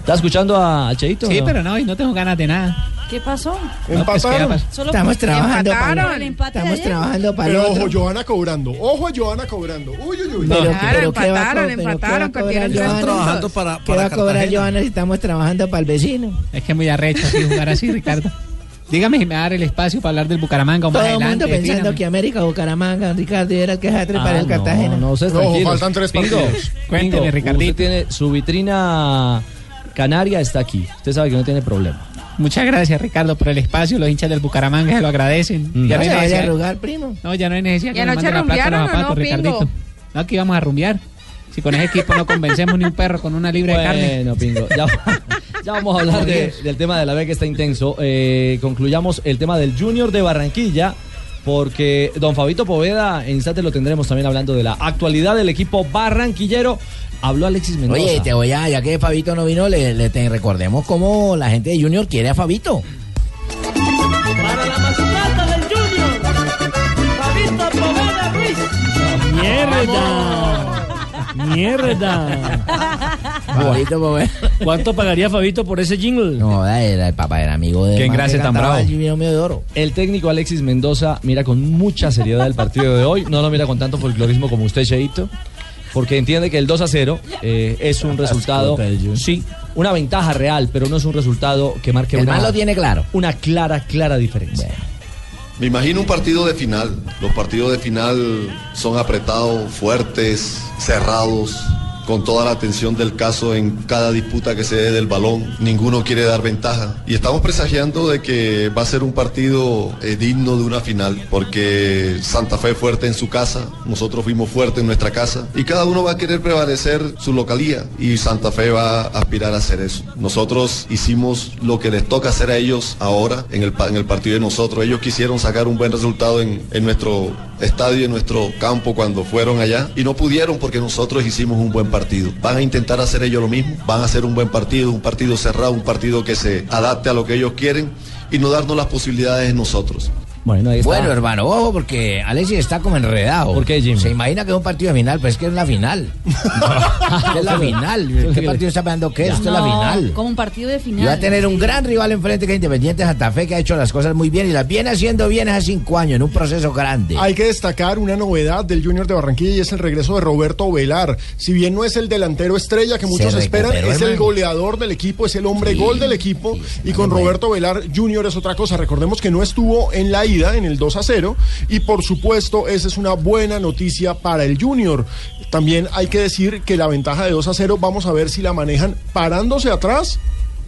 [SPEAKER 6] ¿Estás escuchando a a Cheito?
[SPEAKER 10] Sí, pero
[SPEAKER 6] no, pues, y no tengo ganas de nada.
[SPEAKER 10] ¿Qué pasó?
[SPEAKER 7] Empataron.
[SPEAKER 10] Solo
[SPEAKER 9] Estamos trabajando para-
[SPEAKER 10] empataron. El empate de ayer.
[SPEAKER 7] Pero ojo, Johanna cobrando. Ojo a Johanna cobrando. Uy, uy, uy.
[SPEAKER 9] Pero- Claro, pero ¿qué va a empataron, co- pero empataron, ¿qué va a cogieron cobrar tres Johanna?
[SPEAKER 7] trabajando
[SPEAKER 9] trabajando
[SPEAKER 7] para,
[SPEAKER 9] ¿Qué va a cobrar Johanna si estamos trabajando para el vecino?
[SPEAKER 14] Es que es muy arrecho así jugar así, Ricardo. Dígame si me va a dar el espacio para hablar del Bucaramanga o más
[SPEAKER 9] Todo el
[SPEAKER 14] adelante.
[SPEAKER 9] mundo pensando
[SPEAKER 14] defíname.
[SPEAKER 9] que América Bucaramanga, Ricardo, y era el que se para el Cartagena.
[SPEAKER 6] No, no, ustedes tranquilos. Bingo,
[SPEAKER 14] Cuénteme,
[SPEAKER 6] Bingo,
[SPEAKER 14] Ricardito.
[SPEAKER 6] Usted tiene su vitrina canaria está aquí. Usted sabe que no tiene problema.
[SPEAKER 14] Muchas gracias, Ricardo, por el espacio. Los hinchas del Bucaramanga se lo agradecen.
[SPEAKER 6] Mm.
[SPEAKER 9] No
[SPEAKER 14] Ya no hay
[SPEAKER 9] se vaya a
[SPEAKER 14] necesidad-
[SPEAKER 9] arrugar, primo.
[SPEAKER 14] No, ya no hay necesidad
[SPEAKER 9] ¿Y
[SPEAKER 14] que nos
[SPEAKER 9] anoche
[SPEAKER 14] manden la plata a
[SPEAKER 9] rumbearon o
[SPEAKER 14] los
[SPEAKER 9] no,
[SPEAKER 14] zapatos,
[SPEAKER 9] pingo?
[SPEAKER 14] Ricardito. No, aquí vamos a rumbear. Si con ese equipo no convencemos ni un perro con una libra de carne.
[SPEAKER 6] Bueno, Pingo, ya, ya vamos a hablar de- del tema de la B que está intenso. Eh, concluyamos el tema del Junior de Barranquilla, porque don Fabito Poveda, en instantes lo tendremos también hablando de la actualidad del equipo barranquillero. Habló Alexis Mendoza.
[SPEAKER 9] Oye, te voy a, ya que Fabito no vino, le, le- te recordemos cómo la gente de Junior quiere a Fabito.
[SPEAKER 4] Mascota del Junior. Fabito Poveda Ruiz.
[SPEAKER 8] ¡Mierda! ¡Mierda!
[SPEAKER 9] Fabito, pues,
[SPEAKER 8] ¿Cuánto pagaría Fabito por ese jingle?
[SPEAKER 9] No, era el papá, era amigo de. man
[SPEAKER 6] Qué
[SPEAKER 9] que
[SPEAKER 6] engrase tan
[SPEAKER 9] cantaba
[SPEAKER 6] bravo.
[SPEAKER 9] el Junior Mío de Oro.
[SPEAKER 6] El técnico Alexis Mendoza mira con mucha seriedad el partido de hoy. No lo mira con tanto folclorismo como usted, Cheito. Porque entiende que el 2 a 0 eh, es un resultado, sí, una ventaja real, pero no es un resultado que marque
[SPEAKER 9] El
[SPEAKER 6] una,
[SPEAKER 9] man lo tiene claro.
[SPEAKER 6] una clara, clara diferencia.
[SPEAKER 5] Me imagino un partido de final. Los partidos de final son apretados, fuertes, cerrados, con toda la atención del caso en cada disputa que se dé del balón. Ninguno quiere dar ventaja. Y estamos presagiando de que va a ser un partido eh, digno de una final, porque Santa Fe fuerte en su casa, nosotros fuimos fuertes en nuestra casa, y cada uno va a querer prevalecer su localía, y Santa Fe va a aspirar a hacer eso. Nosotros hicimos lo que les toca hacer a ellos ahora en el, pa- en el partido de nosotros. Ellos quisieron sacar un buen resultado en, en nuestro estadio, en nuestro campo cuando fueron allá y no pudieron porque nosotros hicimos un buen partido. Van a intentar hacer ellos lo mismo, van a hacer un buen partido, un partido cerrado, un partido que se adapte a lo que ellos quieren y no darnos las posibilidades nosotros.
[SPEAKER 6] Bueno, ahí está.
[SPEAKER 9] Bueno, hermano, ojo, porque Alexis está como enredado. ¿Por qué, Jimmy? Se imagina que es un partido de final, pero es que es la final. Que es la final. ¿Qué partido está pegando qué? Esto es la
[SPEAKER 10] No,
[SPEAKER 9] final.
[SPEAKER 10] Como un partido de final.
[SPEAKER 9] Y va a tener un gran rival enfrente que es Independiente Santa Fe, que ha hecho las cosas muy bien y las viene haciendo bien hace cinco años, en un proceso grande.
[SPEAKER 7] Hay que destacar una novedad del Junior de Barranquilla y es el regreso de Roberto Velar. Si bien no es el delantero estrella que muchos
[SPEAKER 9] recuperó,
[SPEAKER 7] esperan, es el
[SPEAKER 9] hermano.
[SPEAKER 7] goleador del equipo, es el hombre gol del equipo. y con Roberto Velar Junior es otra cosa. Recordemos que no estuvo en la ida, en el 2 a 0. Y por supuesto, esa es una buena noticia para el Junior. También hay que decir que la ventaja de 2 a 0, vamos a ver si la manejan parándose atrás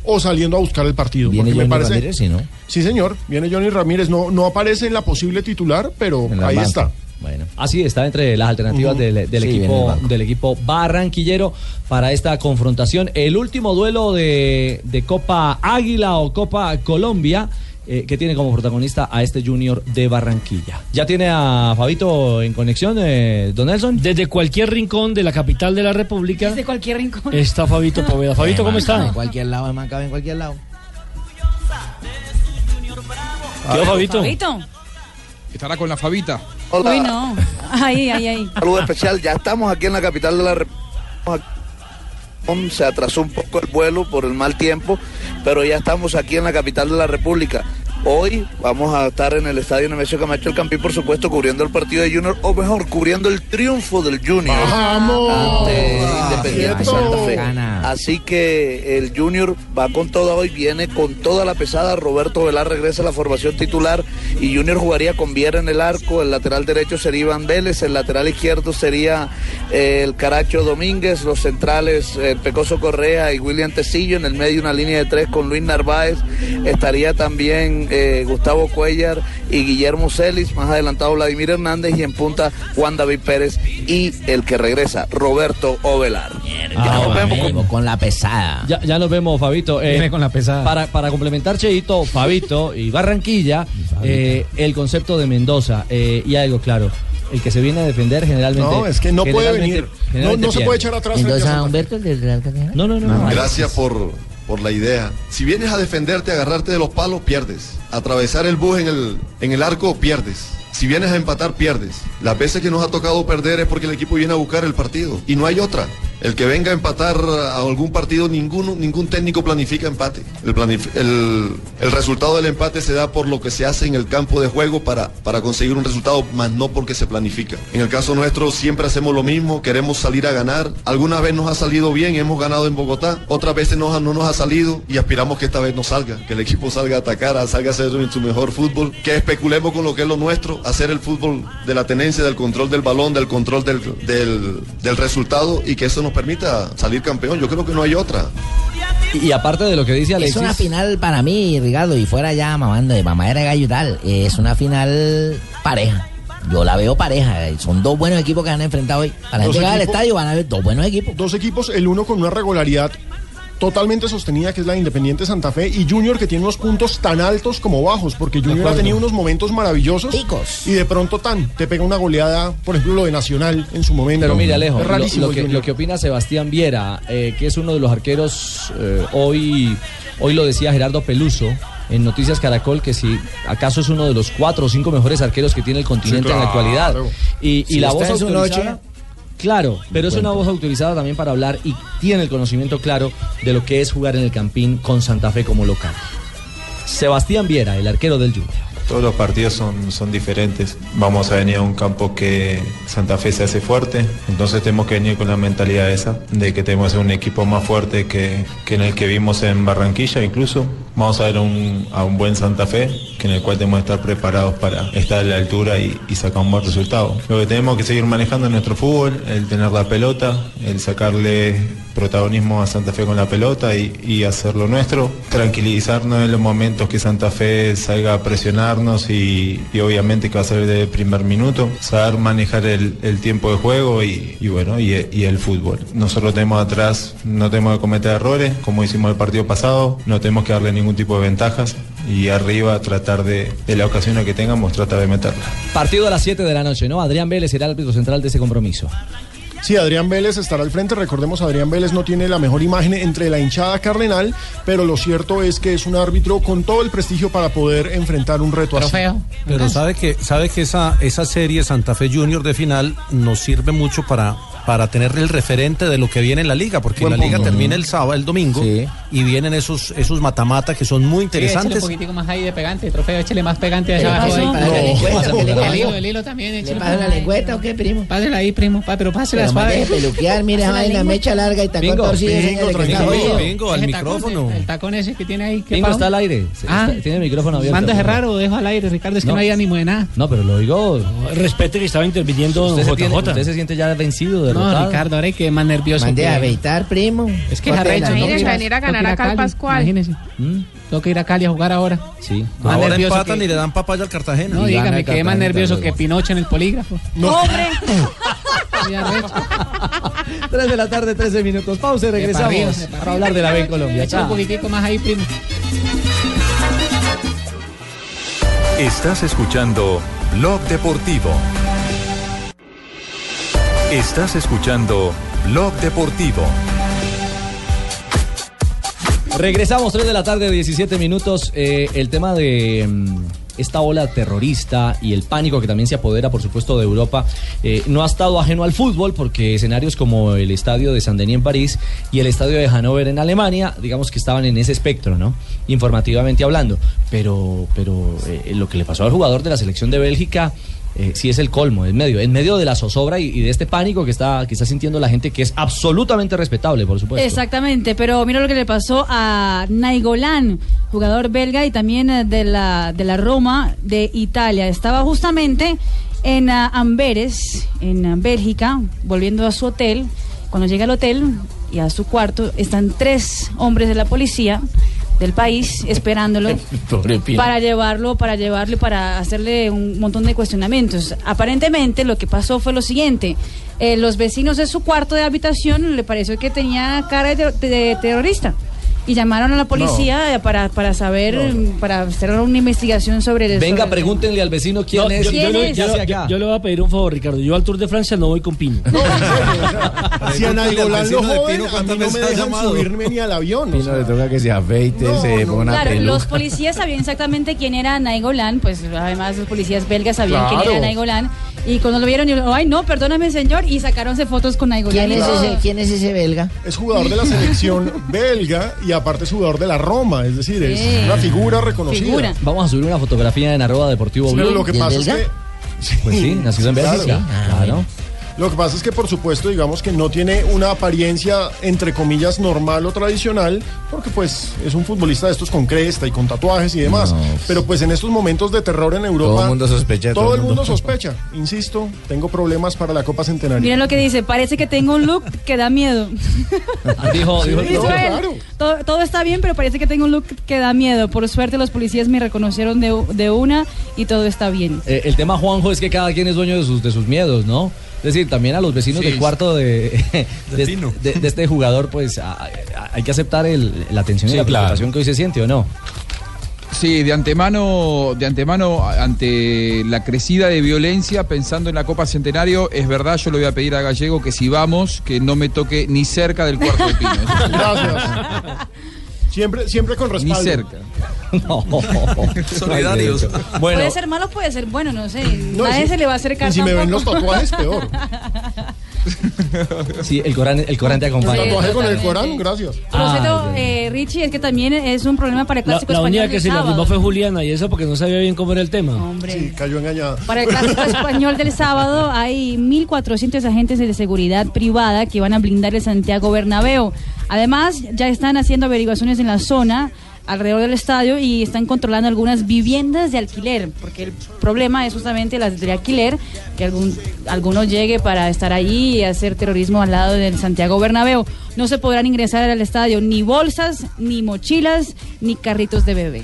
[SPEAKER 7] o saliendo a buscar el partido.
[SPEAKER 9] Viene
[SPEAKER 7] porque me
[SPEAKER 9] Johnny
[SPEAKER 7] parece-
[SPEAKER 9] Ramírez, ¿sí, no?
[SPEAKER 7] Sí, señor, viene Johnny Ramírez. No, no aparece en la posible titular, pero
[SPEAKER 6] En el
[SPEAKER 7] ahí
[SPEAKER 6] banco.
[SPEAKER 7] está.
[SPEAKER 9] Bueno.
[SPEAKER 6] Así Ah, está entre las alternativas
[SPEAKER 7] Ujú.
[SPEAKER 6] del, del
[SPEAKER 7] Sí, viene el
[SPEAKER 6] equipo,
[SPEAKER 7] banco.
[SPEAKER 6] del equipo barranquillero para esta confrontación. El último duelo de, de Copa Águila o Copa Colombia eh, que tiene como protagonista a este Junior de Barranquilla. ¿Ya tiene a Fabito en conexión, eh, don Nelson?
[SPEAKER 8] Desde cualquier rincón de la capital de la República. Desde
[SPEAKER 10] cualquier rincón.
[SPEAKER 8] Está Fabito Poveda. Fabito, ¿cómo
[SPEAKER 9] En
[SPEAKER 8] está?
[SPEAKER 9] cualquier lado, el man cabe en cualquier lado.
[SPEAKER 8] ¿Qué va, Fabito?
[SPEAKER 16] Estará con la Fabita.
[SPEAKER 10] Uy, no. Ahí, ahí, ahí.
[SPEAKER 17] Saludo especial, ya estamos aquí en la capital de la República. Se atrasó un poco el vuelo por el mal tiempo, pero ya estamos aquí en la capital de la República. Hoy vamos a estar en el estadio Nemesio Camacho el Campín, por supuesto, cubriendo el partido de Junior, o mejor, cubriendo el triunfo del Junior. Ante Independiente Santa Fe. Así que el Junior va con toda hoy, viene con toda la pesada. Roberto Velar regresa a la formación titular y Junior jugaría con Viera en el arco. El lateral derecho sería Iván Vélez, el lateral izquierdo sería eh, el Caracho Domínguez, los centrales eh, Pecoso Correa y William Tecillo. En el medio una línea de tres con Luis Narváez. Estaría también eh, Gustavo Cuellar y Guillermo Celis. Más adelantado Vladimir Hernández y en punta Juan David Pérez y el que regresa, Roberto Ovelar.
[SPEAKER 9] Amigo, Ah, con la pesada.
[SPEAKER 6] Ya, ya nos vemos, Fabito. Eh,
[SPEAKER 14] Viene con la pesada.
[SPEAKER 6] Para, para complementar, Cheito, Fabito y Barranquilla, eh, el concepto de Mendoza eh, y algo claro. El que se viene a defender generalmente.
[SPEAKER 7] No, es que no puede
[SPEAKER 6] generalmente-
[SPEAKER 7] venir. No-
[SPEAKER 6] generalmente
[SPEAKER 7] no se
[SPEAKER 6] pierde.
[SPEAKER 7] puede echar atrás frente a Santa Fe.
[SPEAKER 9] Humberto, el del Real Cartagena?
[SPEAKER 6] No, no, no. no.
[SPEAKER 5] Gracias por, por la idea. Si vienes a defenderte, a agarrarte de los palos, pierdes. Atravesar el bus en el, en el arco, pierdes. Si vienes a empatar, pierdes. Las veces que nos ha tocado perder es porque el equipo viene a buscar el partido. Y no hay otra. El que venga a empatar a algún partido, ninguno, ningún técnico planifica empate. El, planif- el- el resultado del empate se da por lo que se hace en el campo de juego para, para conseguir un resultado, más no porque se planifica. En el caso nuestro siempre hacemos lo mismo, queremos salir a ganar. Algunas veces nos ha salido bien, hemos ganado en Bogotá, otras veces no, no nos ha salido y aspiramos que esta vez nos salga, que el equipo salga a atacar, a- salga a hacer su mejor fútbol, que especulemos con lo que es lo nuestro, hacer el fútbol de la tenencia, del control del balón, del control del, del, del resultado y que eso nos permita salir campeón. Yo creo que no hay otra.
[SPEAKER 6] Y, y aparte de lo que dice
[SPEAKER 9] Es
[SPEAKER 6] Alexis.
[SPEAKER 9] una final para mí, Ricardo, y fuera ya mamando de mamadera de gallo y tal. Es una final pareja. Yo la veo pareja. eh, Son dos buenos equipos que han enfrentado hoy. Para
[SPEAKER 7] Dos
[SPEAKER 9] llegar al
[SPEAKER 7] equipos-
[SPEAKER 9] estadio van a ver dos buenos equipos.
[SPEAKER 7] Dos equipos, el uno con una regularidad totalmente sostenida, que es la de Independiente Santa Fe, y Junior, que tiene unos puntos tan altos como bajos, porque Junior ha
[SPEAKER 9] acuerdo.
[SPEAKER 7] tenido unos momentos maravillosos. Y de pronto tan, te pega una goleada, por ejemplo, lo de Nacional en su momento.
[SPEAKER 6] Pero mira, Alejo,
[SPEAKER 7] Es
[SPEAKER 6] lo,
[SPEAKER 7] rarísimo
[SPEAKER 6] lo
[SPEAKER 7] el
[SPEAKER 6] que,
[SPEAKER 7] Junior.
[SPEAKER 6] lo que opina Sebastián Viera, eh, que es uno de los arqueros, eh, hoy, hoy lo decía Gerardo Peluso en Noticias Caracol, que si acaso es uno de los cuatro o cinco mejores arqueros que tiene el continente en la
[SPEAKER 9] claro.
[SPEAKER 6] actualidad. Y, y
[SPEAKER 9] Si
[SPEAKER 6] la
[SPEAKER 9] está
[SPEAKER 6] voz
[SPEAKER 9] en su
[SPEAKER 6] autorizada...
[SPEAKER 9] noche,
[SPEAKER 6] Claro, pero es una voz autorizada también para hablar y tiene el conocimiento claro de lo que es jugar en el Campín con Santa Fe como local. Sebastián Viera, el arquero del Junior.
[SPEAKER 18] Todos los partidos son, son diferentes. Vamos a venir a un campo que Santa Fe se hace fuerte, entonces tenemos que venir con la mentalidad esa, de que tenemos un equipo más fuerte que, que en el que vimos en Barranquilla incluso. Vamos a ver un- a un buen Santa Fe, que en el cual tenemos que estar preparados para estar a la altura y, y sacar un buen resultado. Lo que tenemos que seguir manejando es nuestro fútbol, el tener la pelota, el sacarle protagonismo a Santa Fe con la pelota y, y hacer lo nuestro, tranquilizarnos en los momentos que Santa Fe salga a presionarnos y, y obviamente que va a ser de primer minuto, saber manejar el, el tiempo de juego y, y bueno, y, y el fútbol. Nosotros tenemos atrás, no tenemos que cometer errores, como hicimos el partido pasado, no tenemos que darle ningún tipo de ventajas y arriba tratar de, de la ocasión que tengamos, tratar de meterla.
[SPEAKER 6] Partido a las 7 de la noche, ¿no? Adrián Vélez será el árbitro central de ese compromiso.
[SPEAKER 7] Sí, Adrián Vélez estará al frente. Recordemos, Adrián Vélez no tiene la mejor imagen entre la hinchada cardenal, pero lo cierto es que es un árbitro con todo el prestigio para poder enfrentar un reto así.
[SPEAKER 11] Pero sabe que, sabe que esa, esa serie Santa Fe Junior de final nos sirve mucho para, para tener el referente de lo que viene en la liga, porque
[SPEAKER 6] Buen
[SPEAKER 11] la liga
[SPEAKER 6] punto.
[SPEAKER 11] termina el sábado, el domingo, y vienen esos, esos matamata que son muy
[SPEAKER 14] Échale un
[SPEAKER 11] interesantes.
[SPEAKER 14] poquitico más ahí de pegante, trofeo, échele más pegante allá abajo.
[SPEAKER 11] pásale
[SPEAKER 14] ahí.
[SPEAKER 11] para la lengüeta,
[SPEAKER 14] El
[SPEAKER 11] que le
[SPEAKER 14] hilo,
[SPEAKER 11] pasa.
[SPEAKER 14] El hilo, el hilo también, échele
[SPEAKER 9] pasa
[SPEAKER 14] por
[SPEAKER 9] la
[SPEAKER 14] ahí.
[SPEAKER 9] lengüeta o qué, primo?
[SPEAKER 14] Pásela ahí, primo, pa, pero pásela
[SPEAKER 9] Pero más
[SPEAKER 14] suave.
[SPEAKER 9] deje peluquear, mira esa
[SPEAKER 14] Pásela
[SPEAKER 9] vaina,
[SPEAKER 14] ahí,
[SPEAKER 9] mecha larga y tacón
[SPEAKER 14] Bingo,
[SPEAKER 9] torcido. ese
[SPEAKER 14] bingo,
[SPEAKER 9] es el que está
[SPEAKER 14] tranquilo,
[SPEAKER 9] jodido.
[SPEAKER 14] bingo, al Ese tacón, micrófono. El tacón ese que tiene ahí. ¿qué
[SPEAKER 6] Pingo
[SPEAKER 14] pasa?
[SPEAKER 6] está al aire.
[SPEAKER 14] Ah.
[SPEAKER 6] Está- tiene el micrófono abierto.
[SPEAKER 14] Manda a cerrar o dejo al aire, Ricardo, es que
[SPEAKER 6] No.
[SPEAKER 14] no hay ánimo de nada.
[SPEAKER 6] No, pero lo digo.
[SPEAKER 8] Respete que estaba interviniendo
[SPEAKER 6] Usted se,
[SPEAKER 8] don
[SPEAKER 6] tiene-
[SPEAKER 8] JJ.
[SPEAKER 6] usted se siente ya vencido de
[SPEAKER 14] No,
[SPEAKER 19] derrotado.
[SPEAKER 14] Ricardo, ahora hay que más nervioso.
[SPEAKER 19] Mande a
[SPEAKER 14] que-
[SPEAKER 19] afeitar, primo.
[SPEAKER 14] Es que es arrecho. ¿no?
[SPEAKER 20] Miren, venir a
[SPEAKER 14] Tengo que
[SPEAKER 20] ganar acá al
[SPEAKER 14] Cali,
[SPEAKER 20] Pascual.
[SPEAKER 14] Imagínense. Tengo que ir a Cali a jugar ahora.
[SPEAKER 6] Sí.
[SPEAKER 14] Más
[SPEAKER 11] Ahora
[SPEAKER 14] nervioso
[SPEAKER 11] empatan
[SPEAKER 14] que-
[SPEAKER 11] y le dan papaya al Cartagena.
[SPEAKER 14] No, dígame, quedé más nervioso que Pinocho en el polígrafo.
[SPEAKER 6] ¡Hombre! Tres de la tarde, 13 minutos. Pausa y regresamos
[SPEAKER 14] arriba,
[SPEAKER 6] para hablar de la B en Colombia.
[SPEAKER 14] Échale
[SPEAKER 6] Chao.
[SPEAKER 14] un poquitico más ahí, primo.
[SPEAKER 1] Estás escuchando Blog Deportivo. Estás escuchando Blog Deportivo.
[SPEAKER 6] Regresamos 3 de la tarde, 17 minutos. Eh, el tema de mm, esta ola terrorista y el pánico que también se apodera, por supuesto, de Europa, eh, no ha estado ajeno al fútbol porque escenarios como el estadio de Saint-Denis en París y el estadio de Hannover en Alemania, digamos que estaban en ese espectro, ¿no? Informativamente hablando. Pero, pero eh, lo que le pasó al jugador de la selección de Bélgica. eh, sí es el colmo, en medio, en medio de la zozobra y, y de este pánico que está, que está sintiendo la gente, que es absolutamente respetable, por supuesto.
[SPEAKER 10] Exactamente, pero mira lo que le pasó a Naigolán, jugador belga y también eh, de la, de la Roma de Italia. Estaba justamente en ah, Amberes, en ah, Bélgica, volviendo a su hotel. Cuando llega al hotel y a su cuarto, están tres hombres de la policía del país esperándolo
[SPEAKER 9] Pobre Pino.
[SPEAKER 10] para llevarlo, para llevarlo y para hacerle un montón de cuestionamientos. Aparentemente lo que pasó fue lo siguiente. eh, los vecinos de su cuarto de habitación le pareció que tenía cara de, de terrorista y llamaron a la policía eh, para, para saber, mm, para hacer una investigación sobre el...
[SPEAKER 6] Venga,
[SPEAKER 10] sobre el-
[SPEAKER 6] pregúntenle al vecino quién
[SPEAKER 10] No,
[SPEAKER 6] es.
[SPEAKER 10] yo- yo ¿Quién lo- es? yo-
[SPEAKER 6] Hacia
[SPEAKER 8] yo-
[SPEAKER 6] acá.
[SPEAKER 8] yo le voy a pedir un favor, Ricardo. Yo al Tour de Francia no voy con Pino.
[SPEAKER 7] Si a Naigolán lo
[SPEAKER 11] vecino de
[SPEAKER 7] joven,
[SPEAKER 11] Pino,
[SPEAKER 7] a mí no me dejan subirme ni al avión. o
[SPEAKER 9] Pino
[SPEAKER 7] sea.
[SPEAKER 9] le toca que se afeite,
[SPEAKER 7] No,
[SPEAKER 9] se
[SPEAKER 7] no.
[SPEAKER 9] ponga una
[SPEAKER 10] Claro,
[SPEAKER 9] peluca.
[SPEAKER 10] los policías sabían exactamente quién era Naigolán, pues además los policías belgas sabían
[SPEAKER 9] Claro.
[SPEAKER 10] quién era Naigolán y cuando lo vieron, y, ay no, perdóname señor, y sacaronse fotos con Naigolán.
[SPEAKER 7] ¿Quién es ese-
[SPEAKER 10] ¿Quién es ese belga?
[SPEAKER 7] Es jugador de la selección belga y aparte es jugador de la Roma, es decir,
[SPEAKER 10] Sí.
[SPEAKER 7] es una figura reconocida.
[SPEAKER 10] Figura.
[SPEAKER 6] Vamos a subir una fotografía en arroba deportivo
[SPEAKER 7] Sí, pero
[SPEAKER 6] Blue.
[SPEAKER 7] lo que
[SPEAKER 6] ¿Y el
[SPEAKER 7] pasa es
[SPEAKER 6] belga? Pues sí, nacido en Bélgica.
[SPEAKER 7] Claro. Ah,
[SPEAKER 6] claro.
[SPEAKER 7] Lo que pasa es que, por supuesto, digamos que no tiene una apariencia, entre comillas, normal o tradicional, porque pues es un futbolista de estos con cresta y con tatuajes y demás. Pero pues en estos momentos de terror en Europa...
[SPEAKER 9] Todo el mundo sospecha,
[SPEAKER 7] Todo,
[SPEAKER 9] todo
[SPEAKER 7] el
[SPEAKER 9] el
[SPEAKER 7] mundo
[SPEAKER 9] mundo.
[SPEAKER 7] sospecha. Insisto, tengo problemas para la Copa Centenaria.
[SPEAKER 10] Miren lo que dice, parece que tengo un look que da miedo.
[SPEAKER 6] Dijo, dijo el
[SPEAKER 7] Oh,
[SPEAKER 10] Dijo
[SPEAKER 6] doctor.
[SPEAKER 10] él, todo, todo está bien, pero parece que tengo un look que da miedo. Por suerte los policías me reconocieron de, u- de una y todo está bien.
[SPEAKER 6] Eh, el tema, Juanjo, es que cada quien es dueño de sus, de sus miedos, ¿no? Es decir, también a los vecinos
[SPEAKER 21] Sí.
[SPEAKER 6] del cuarto de, de, de- de este jugador, pues a- a- hay que aceptar el- la tensión y
[SPEAKER 12] Sí,
[SPEAKER 6] la
[SPEAKER 12] claro.
[SPEAKER 6] preocupación que hoy se siente, ¿o no?
[SPEAKER 12] Sí, de antemano, de antemano, a- ante la crecida de violencia, pensando en la Copa Centenario, es verdad, yo le voy a pedir a Gallego que si vamos, que no me toque ni cerca del cuarto de Pino.
[SPEAKER 7] Siempre, siempre con
[SPEAKER 12] Ni
[SPEAKER 7] respaldo.
[SPEAKER 12] cerca.
[SPEAKER 6] No.
[SPEAKER 12] Solidarios.
[SPEAKER 10] puede ser malo, puede ser bueno, no sé.
[SPEAKER 7] No,
[SPEAKER 10] Nadie
[SPEAKER 7] y si-
[SPEAKER 10] se le va a acercar.
[SPEAKER 7] y si me ven los
[SPEAKER 10] tampoco.
[SPEAKER 7] tatuajes, peor.
[SPEAKER 6] Sí, el Corán, el Corán te
[SPEAKER 7] Un
[SPEAKER 6] acompaña.
[SPEAKER 7] tatuaje con el Corán, gracias.
[SPEAKER 10] Por cierto,
[SPEAKER 7] Ah,
[SPEAKER 10] eh, Richie, es que también es un problema para el
[SPEAKER 8] La,
[SPEAKER 10] clásico
[SPEAKER 8] la
[SPEAKER 10] español.
[SPEAKER 8] única que
[SPEAKER 10] del
[SPEAKER 8] se le
[SPEAKER 10] sábado.
[SPEAKER 8] animó fue Juliana y eso porque no sabía bien cómo era el tema.
[SPEAKER 10] Hombre.
[SPEAKER 7] Sí, cayó engañada.
[SPEAKER 10] Para el clásico español del sábado hay 1.400 agentes de seguridad privada que van a blindar el Santiago Bernabéu. Además, ya están haciendo averiguaciones en la zona alrededor del estadio y están controlando algunas viviendas de alquiler, porque el problema es justamente las de alquiler, que algún, alguno llegue para estar ahí y hacer terrorismo al lado del Santiago Bernabéu. No se podrán ingresar al estadio ni bolsas, ni mochilas, ni carritos de bebé.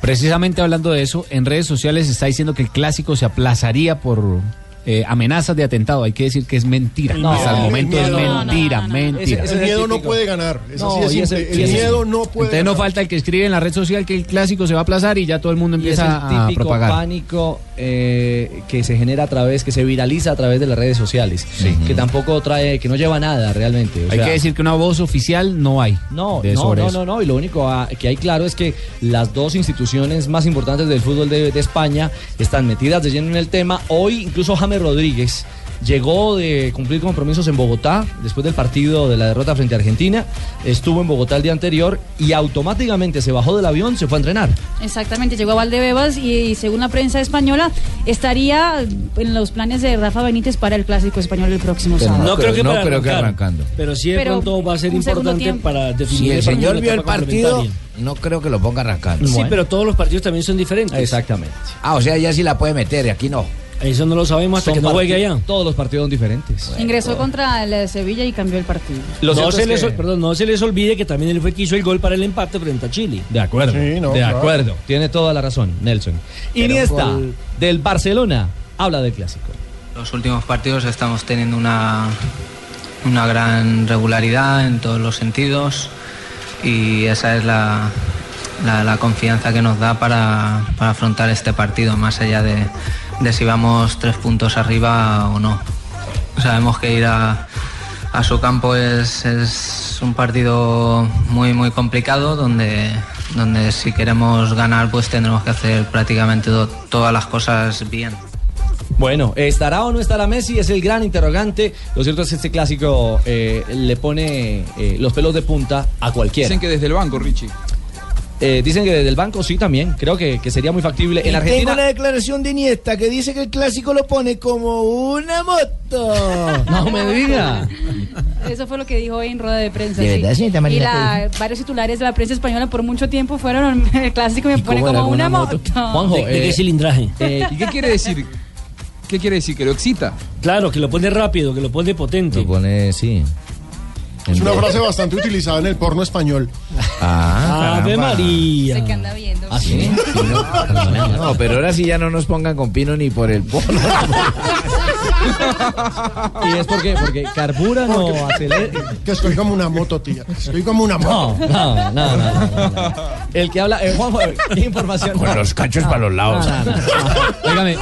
[SPEAKER 14] Precisamente hablando de eso, en redes sociales se está diciendo que el clásico se aplazaría por eh, amenazas de atentado. Hay que decir que es mentira.
[SPEAKER 7] No,
[SPEAKER 14] Hasta el
[SPEAKER 7] el
[SPEAKER 14] Pues momento es
[SPEAKER 7] miedo. No, no,
[SPEAKER 14] mentira, mentira.
[SPEAKER 7] El miedo no puede ganar. Es así de
[SPEAKER 14] y ese-
[SPEAKER 7] simple.
[SPEAKER 14] y
[SPEAKER 7] El
[SPEAKER 14] ese-
[SPEAKER 7] miedo no puede
[SPEAKER 14] Entonces no falta el que escribe en la red social que el clásico se va a aplazar y ya todo el mundo
[SPEAKER 6] Y es
[SPEAKER 14] empieza
[SPEAKER 6] el
[SPEAKER 14] a
[SPEAKER 6] típico
[SPEAKER 14] propagar.
[SPEAKER 6] pánico eh, que se genera a través, que se viraliza a través de las redes sociales, que tampoco trae, que no lleva nada realmente. o
[SPEAKER 14] Hay
[SPEAKER 6] sea,
[SPEAKER 14] que decir que una voz oficial no hay.
[SPEAKER 6] No,
[SPEAKER 14] de-
[SPEAKER 6] no,
[SPEAKER 14] sobre
[SPEAKER 6] no,
[SPEAKER 14] eso.
[SPEAKER 6] no, no, y lo único ah, que hay claro es que las dos instituciones más importantes del fútbol de, de España están metidas de lleno en el tema. Hoy incluso James Rodríguez llegó de cumplir compromisos en Bogotá después del partido de la derrota frente a Argentina, estuvo en Bogotá el día anterior y automáticamente se bajó del avión, se fue a entrenar.
[SPEAKER 10] Exactamente, llegó a Valdebebas y según la prensa española estaría en los planes de Rafa Benítez para el clásico español el próximo sábado.
[SPEAKER 8] No creo que
[SPEAKER 9] no
[SPEAKER 8] para
[SPEAKER 9] creo que
[SPEAKER 8] arrancar,
[SPEAKER 9] arrancando.
[SPEAKER 8] Pero sí de
[SPEAKER 10] Pero
[SPEAKER 8] pronto va a ser
[SPEAKER 10] un segundo
[SPEAKER 8] importante
[SPEAKER 10] tiempo.
[SPEAKER 8] para definir
[SPEAKER 9] Si el
[SPEAKER 8] partido
[SPEAKER 9] señor
[SPEAKER 8] de la
[SPEAKER 9] vio el
[SPEAKER 8] etapa
[SPEAKER 9] partido,
[SPEAKER 8] complementaria.
[SPEAKER 9] no creo que lo ponga arrancando.
[SPEAKER 8] Sí, pero todos los partidos también son diferentes.
[SPEAKER 6] Exactamente.
[SPEAKER 9] Ah, o sea, ya sí la puede meter, y aquí no.
[SPEAKER 8] Eso no lo sabemos hasta
[SPEAKER 6] Son
[SPEAKER 8] que no juegue
[SPEAKER 6] partid-
[SPEAKER 8] allá.
[SPEAKER 6] Todos los partidos son diferentes.
[SPEAKER 10] Ingresó contra el de Sevilla y cambió el partido.
[SPEAKER 8] no,
[SPEAKER 6] cierto
[SPEAKER 8] se
[SPEAKER 6] es
[SPEAKER 8] les,
[SPEAKER 6] que-
[SPEAKER 8] ol- perdón, no se les olvide que también él fue que hizo el gol para el empate frente a Chile.
[SPEAKER 6] De acuerdo,
[SPEAKER 8] Sí, no,
[SPEAKER 6] de
[SPEAKER 8] claro.
[SPEAKER 6] acuerdo. Tiene toda la razón, Nelson.
[SPEAKER 8] Pero
[SPEAKER 6] Iniesta,
[SPEAKER 8] gol-
[SPEAKER 6] del Barcelona, habla del clásico.
[SPEAKER 22] Los últimos partidos estamos teniendo una, una gran regularidad en todos los sentidos y esa es la, la- la confianza que nos da para, para afrontar este partido, más allá de, de si vamos tres puntos arriba o no. Sabemos que ir a, a su campo es, es un partido muy muy complicado donde, donde si queremos ganar pues tendremos que hacer prácticamente to- todas las cosas bien.
[SPEAKER 6] Bueno, ¿estará o no estará Messi? Es el gran interrogante. Lo cierto es que este clásico eh, le pone eh, los pelos de punta a cualquiera.
[SPEAKER 12] Dicen que desde el banco, Richie.
[SPEAKER 6] Eh, dicen que desde el banco sí también. Creo que, que sería muy factible. En
[SPEAKER 9] Y Tengo
[SPEAKER 6] Argentina.
[SPEAKER 9] una declaración de Iniesta que dice que el clásico lo pone como una moto.
[SPEAKER 6] No me diga.
[SPEAKER 10] Eso fue lo que dijo hoy en rueda de prensa.
[SPEAKER 9] ¿De verdad, señorita Marina,
[SPEAKER 10] Y
[SPEAKER 9] qué
[SPEAKER 10] la, varios titulares de la prensa española por mucho tiempo fueron el clásico y me pone
[SPEAKER 12] cómo era
[SPEAKER 10] como
[SPEAKER 12] con una
[SPEAKER 10] una moto.
[SPEAKER 12] moto? Juanjo, ¿De- de eh, qué
[SPEAKER 8] cilindraje?
[SPEAKER 12] ¿Y qué quiere decir? ¿Qué quiere decir? ¿Que lo excita?
[SPEAKER 8] Claro, que lo pone rápido, que lo pone potente. Lo
[SPEAKER 9] pone, sí.
[SPEAKER 7] Es una frase bastante utilizada en el porno español.
[SPEAKER 9] Ah,
[SPEAKER 7] Ave
[SPEAKER 9] María.
[SPEAKER 10] Sé que anda viendo.
[SPEAKER 9] ¿Sí? no, no, pero ahora sí ya no nos pongan con pino ni por el polo.
[SPEAKER 6] ¿Y es porque, porque carburan
[SPEAKER 8] Oh,
[SPEAKER 6] o aceleran?
[SPEAKER 7] Que estoy como una moto, tía. Estoy como una
[SPEAKER 6] No,
[SPEAKER 7] moto.
[SPEAKER 6] no, no, no, no, no, no. El que habla, eh, Juanjo, ¿qué información?
[SPEAKER 7] Con los cachos
[SPEAKER 6] No,
[SPEAKER 7] para los lados.
[SPEAKER 6] no, no, no. Óigame,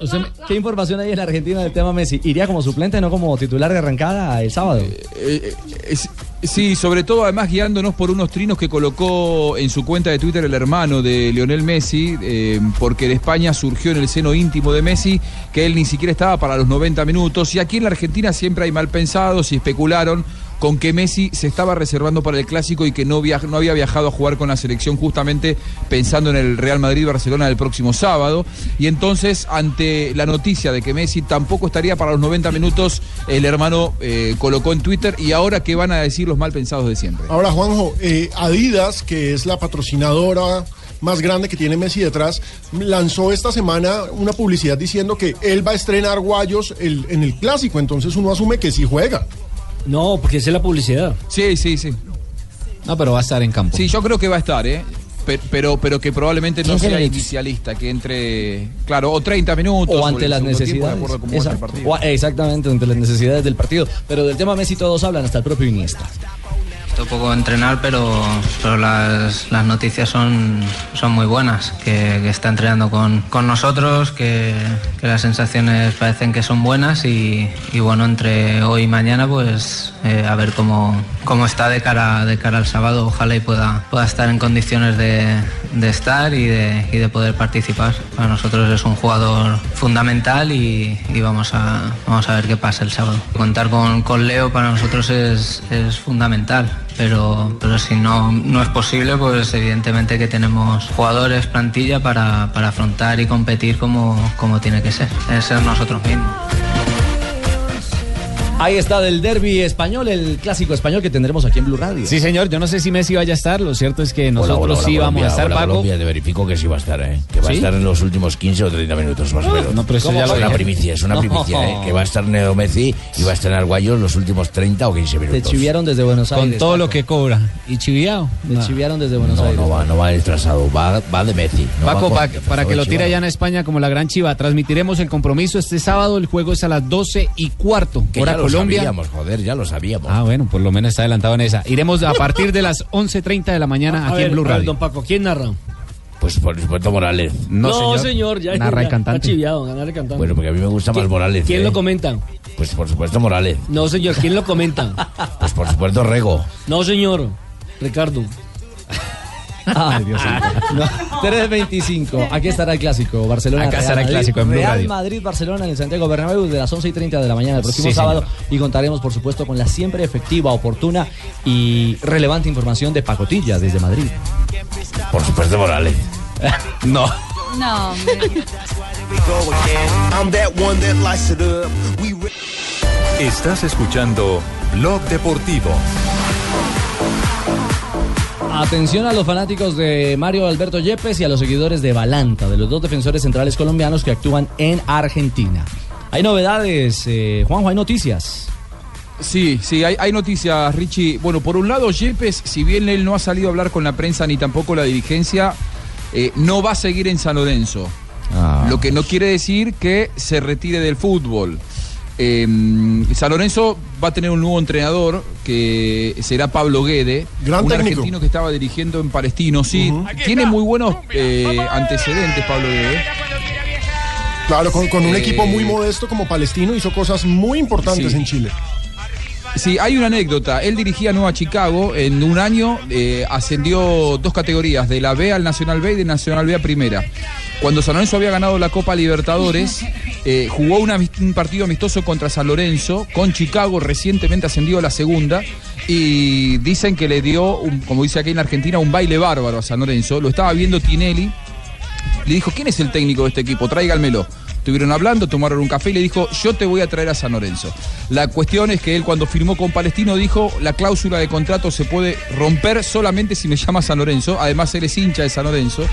[SPEAKER 6] usted me- ¿qué información hay en la Argentina del tema Messi? ¿Iría como suplente, no como titular de arrancada el sábado?
[SPEAKER 12] Eh, eh, es- sí, sobre todo además guiándonos por unos trinos que colocó en su cuenta de Twitter el hermano de Lionel Messi, eh, porque de España surgió en el seno íntimo de Messi que él ni siquiera estaba para los 90 minutos. Y aquí en la Argentina siempre hay mal pensados y especularon con que Messi se estaba reservando para el clásico y que no, viaj- no había viajado a jugar con la selección justamente pensando en el Real Madrid-Barcelona del próximo sábado. Y entonces, ante la noticia de que Messi tampoco estaría para los 90 minutos, el hermano eh, colocó en Twitter y ahora qué van a decir los mal pensados de siempre.
[SPEAKER 7] Ahora, Juanjo, eh, Adidas, que es la patrocinadora más grande que tiene Messi detrás, lanzó esta semana una publicidad diciendo que él va a estrenar guayos el- en el clásico, entonces uno asume que sí juega.
[SPEAKER 8] No, porque esa es la publicidad.
[SPEAKER 12] Sí, sí, sí.
[SPEAKER 14] No, pero va a estar en campo.
[SPEAKER 12] Sí, yo creo que va a estar, ¿eh? Pe- Pero, pero que probablemente no
[SPEAKER 14] 15
[SPEAKER 12] sea
[SPEAKER 14] minutos.
[SPEAKER 12] inicialista, que entre, claro, o 30 minutos.
[SPEAKER 6] o
[SPEAKER 12] en
[SPEAKER 6] ante
[SPEAKER 12] el
[SPEAKER 6] las
[SPEAKER 12] segundo tiempo, de
[SPEAKER 6] necesidades.
[SPEAKER 12] acuerdo a cómo vaya el
[SPEAKER 6] Exacto.
[SPEAKER 12] partido.
[SPEAKER 6] O- exactamente, ante las necesidades del partido. Pero del tema Messi todos hablan, hasta el propio Iniesta.
[SPEAKER 22] Esto poco entrenar, pero, pero las, las noticias son, son muy buenas, que, que está entrenando con, con nosotros, que, que las sensaciones parecen que son buenas y, y bueno, entre hoy y mañana pues eh, a ver cómo, cómo está de cara, de cara al sábado, ojalá y pueda, pueda estar en condiciones de, de estar y de, y de poder participar. Para nosotros es un jugador fundamental y, y vamos, a, vamos a ver qué pasa el sábado. Contar con, con Leo para nosotros es, es fundamental, pero, pero si no, no es posible, pues evidentemente que tenemos jugadores, plantilla para, para afrontar y competir como, como tiene que ser, es ser nosotros mismos.
[SPEAKER 6] Ahí está del derby español, el clásico español que tendremos aquí en Blue Radio.
[SPEAKER 14] Sí, señor, yo no sé si Messi vaya a estar, lo cierto es que nosotros
[SPEAKER 9] Hola, hola,
[SPEAKER 14] sí
[SPEAKER 9] hola,
[SPEAKER 14] vamos
[SPEAKER 9] Colombia,
[SPEAKER 14] a estar,
[SPEAKER 9] hola,
[SPEAKER 14] Paco.
[SPEAKER 9] Colombia, te verifico que sí va a estar, ¿eh? Que va a
[SPEAKER 14] ¿Sí? Ah,
[SPEAKER 9] estar en los últimos 15 o 30 minutos más o menos.
[SPEAKER 14] No, pero eso ¿Cómo ya lo
[SPEAKER 9] es una
[SPEAKER 14] dije?
[SPEAKER 9] primicia, es una
[SPEAKER 14] No.
[SPEAKER 9] primicia, ¿eh? Que va a estar Neo Messi y va a estar Arguayo los últimos 30 o 15 minutos.
[SPEAKER 6] desde Buenos
[SPEAKER 14] Con
[SPEAKER 9] Aires,
[SPEAKER 14] todo lo que cobra. ¿Y chiviao?
[SPEAKER 6] Te chiviaron desde Buenos
[SPEAKER 9] no,
[SPEAKER 6] Aires.
[SPEAKER 9] no va, no va desfrazado, va, va de Messi. no va
[SPEAKER 14] Paco,
[SPEAKER 9] con-
[SPEAKER 14] pa- para que lo tire
[SPEAKER 9] chivado.
[SPEAKER 14] allá en España como la gran chiva. Transmitiremos el compromiso este sábado. El juego es a las 12 y cuarto.
[SPEAKER 9] Que
[SPEAKER 14] hora
[SPEAKER 9] ya
[SPEAKER 14] Colombia.
[SPEAKER 9] lo sabíamos, joder, ya lo sabíamos.
[SPEAKER 14] Ah, bueno, por lo menos está adelantado en esa. Iremos a partir de las 11.30 de la mañana
[SPEAKER 8] A
[SPEAKER 14] aquí
[SPEAKER 8] ver,
[SPEAKER 14] en Blue
[SPEAKER 8] a ver,
[SPEAKER 14] Radio.
[SPEAKER 8] Don Paco, ¿quién narra?
[SPEAKER 9] Pues por supuesto Morales.
[SPEAKER 14] No,
[SPEAKER 8] señor, ya
[SPEAKER 9] Narra el
[SPEAKER 8] ya,
[SPEAKER 9] cantante.
[SPEAKER 8] Está chiviado, ganar el cantante.
[SPEAKER 9] Bueno, porque a mí me gusta más
[SPEAKER 8] ¿Quién-
[SPEAKER 9] Morales.
[SPEAKER 8] ¿Quién
[SPEAKER 9] ¿eh?
[SPEAKER 8] lo comenta?
[SPEAKER 9] Pues por supuesto Morales.
[SPEAKER 8] No, señor, ¿quién lo comenta?
[SPEAKER 9] Pues por supuesto Rego.
[SPEAKER 8] No, señor. Ricardo.
[SPEAKER 6] Ay, Dios mío. No, 3.25. Aquí estará el clásico. Barcelona.
[SPEAKER 14] Acá
[SPEAKER 6] Real
[SPEAKER 14] estará el
[SPEAKER 6] Madrid.
[SPEAKER 14] clásico en Blue
[SPEAKER 6] Real
[SPEAKER 14] Radio.
[SPEAKER 6] Madrid, Barcelona en el Santiago Bernabéu de las 11 y 30 de la mañana del próximo
[SPEAKER 14] Sí,
[SPEAKER 6] sábado. Y contaremos, por supuesto, con la siempre efectiva, oportuna y relevante información de Pacotilla desde Madrid.
[SPEAKER 9] Por supuesto, Morales.
[SPEAKER 14] no.
[SPEAKER 10] No, hombre.
[SPEAKER 1] Estás escuchando Blog Deportivo.
[SPEAKER 6] A Atención a los fanáticos de Mario Alberto Yepes y a los seguidores de Balanta, de los dos defensores centrales colombianos que actúan en Argentina. Hay novedades, eh, Juanjo, hay noticias.
[SPEAKER 12] Sí, sí, hay, hay noticias, Richie. Bueno, por un lado, Yepes, si bien él no ha salido a hablar con la prensa ni tampoco la dirigencia, eh, no va a seguir en San Lorenzo.
[SPEAKER 15] Ah.
[SPEAKER 12] Lo que no quiere decir que se retire del fútbol. Eh, San Lorenzo va a tener un nuevo entrenador que será Pablo Guede,
[SPEAKER 7] Gran
[SPEAKER 12] un
[SPEAKER 7] técnico.
[SPEAKER 12] argentino que estaba dirigiendo en Palestino. Sí, tiene muy buenos eh, antecedentes Pablo Guede.
[SPEAKER 7] Claro, con, con un
[SPEAKER 12] Eh,
[SPEAKER 7] equipo muy modesto como Palestino hizo cosas muy importantes
[SPEAKER 12] Sí.
[SPEAKER 7] en Chile.
[SPEAKER 12] Sí, hay una anécdota. Él dirigía Nueva Chicago. En un año eh, ascendió dos categorías, de la B al Nacional B y de Nacional B a Primera. Cuando San Lorenzo había ganado la Copa Libertadores, eh, jugó un amist- un partido amistoso contra San Lorenzo, con Chicago recientemente ascendido a la segunda, y dicen que le dio, un- como dice aquí en la Argentina, un baile bárbaro a San Lorenzo. Lo estaba viendo Tinelli, le dijo, ¿quién es el técnico de este equipo? Tráiganmelo. Estuvieron hablando, tomaron un café y le dijo, yo te voy a traer a San Lorenzo. La cuestión es que él cuando firmó con Palestino dijo, la cláusula de contrato se puede romper solamente si me llama San Lorenzo. Además, él es hincha de San Lorenzo.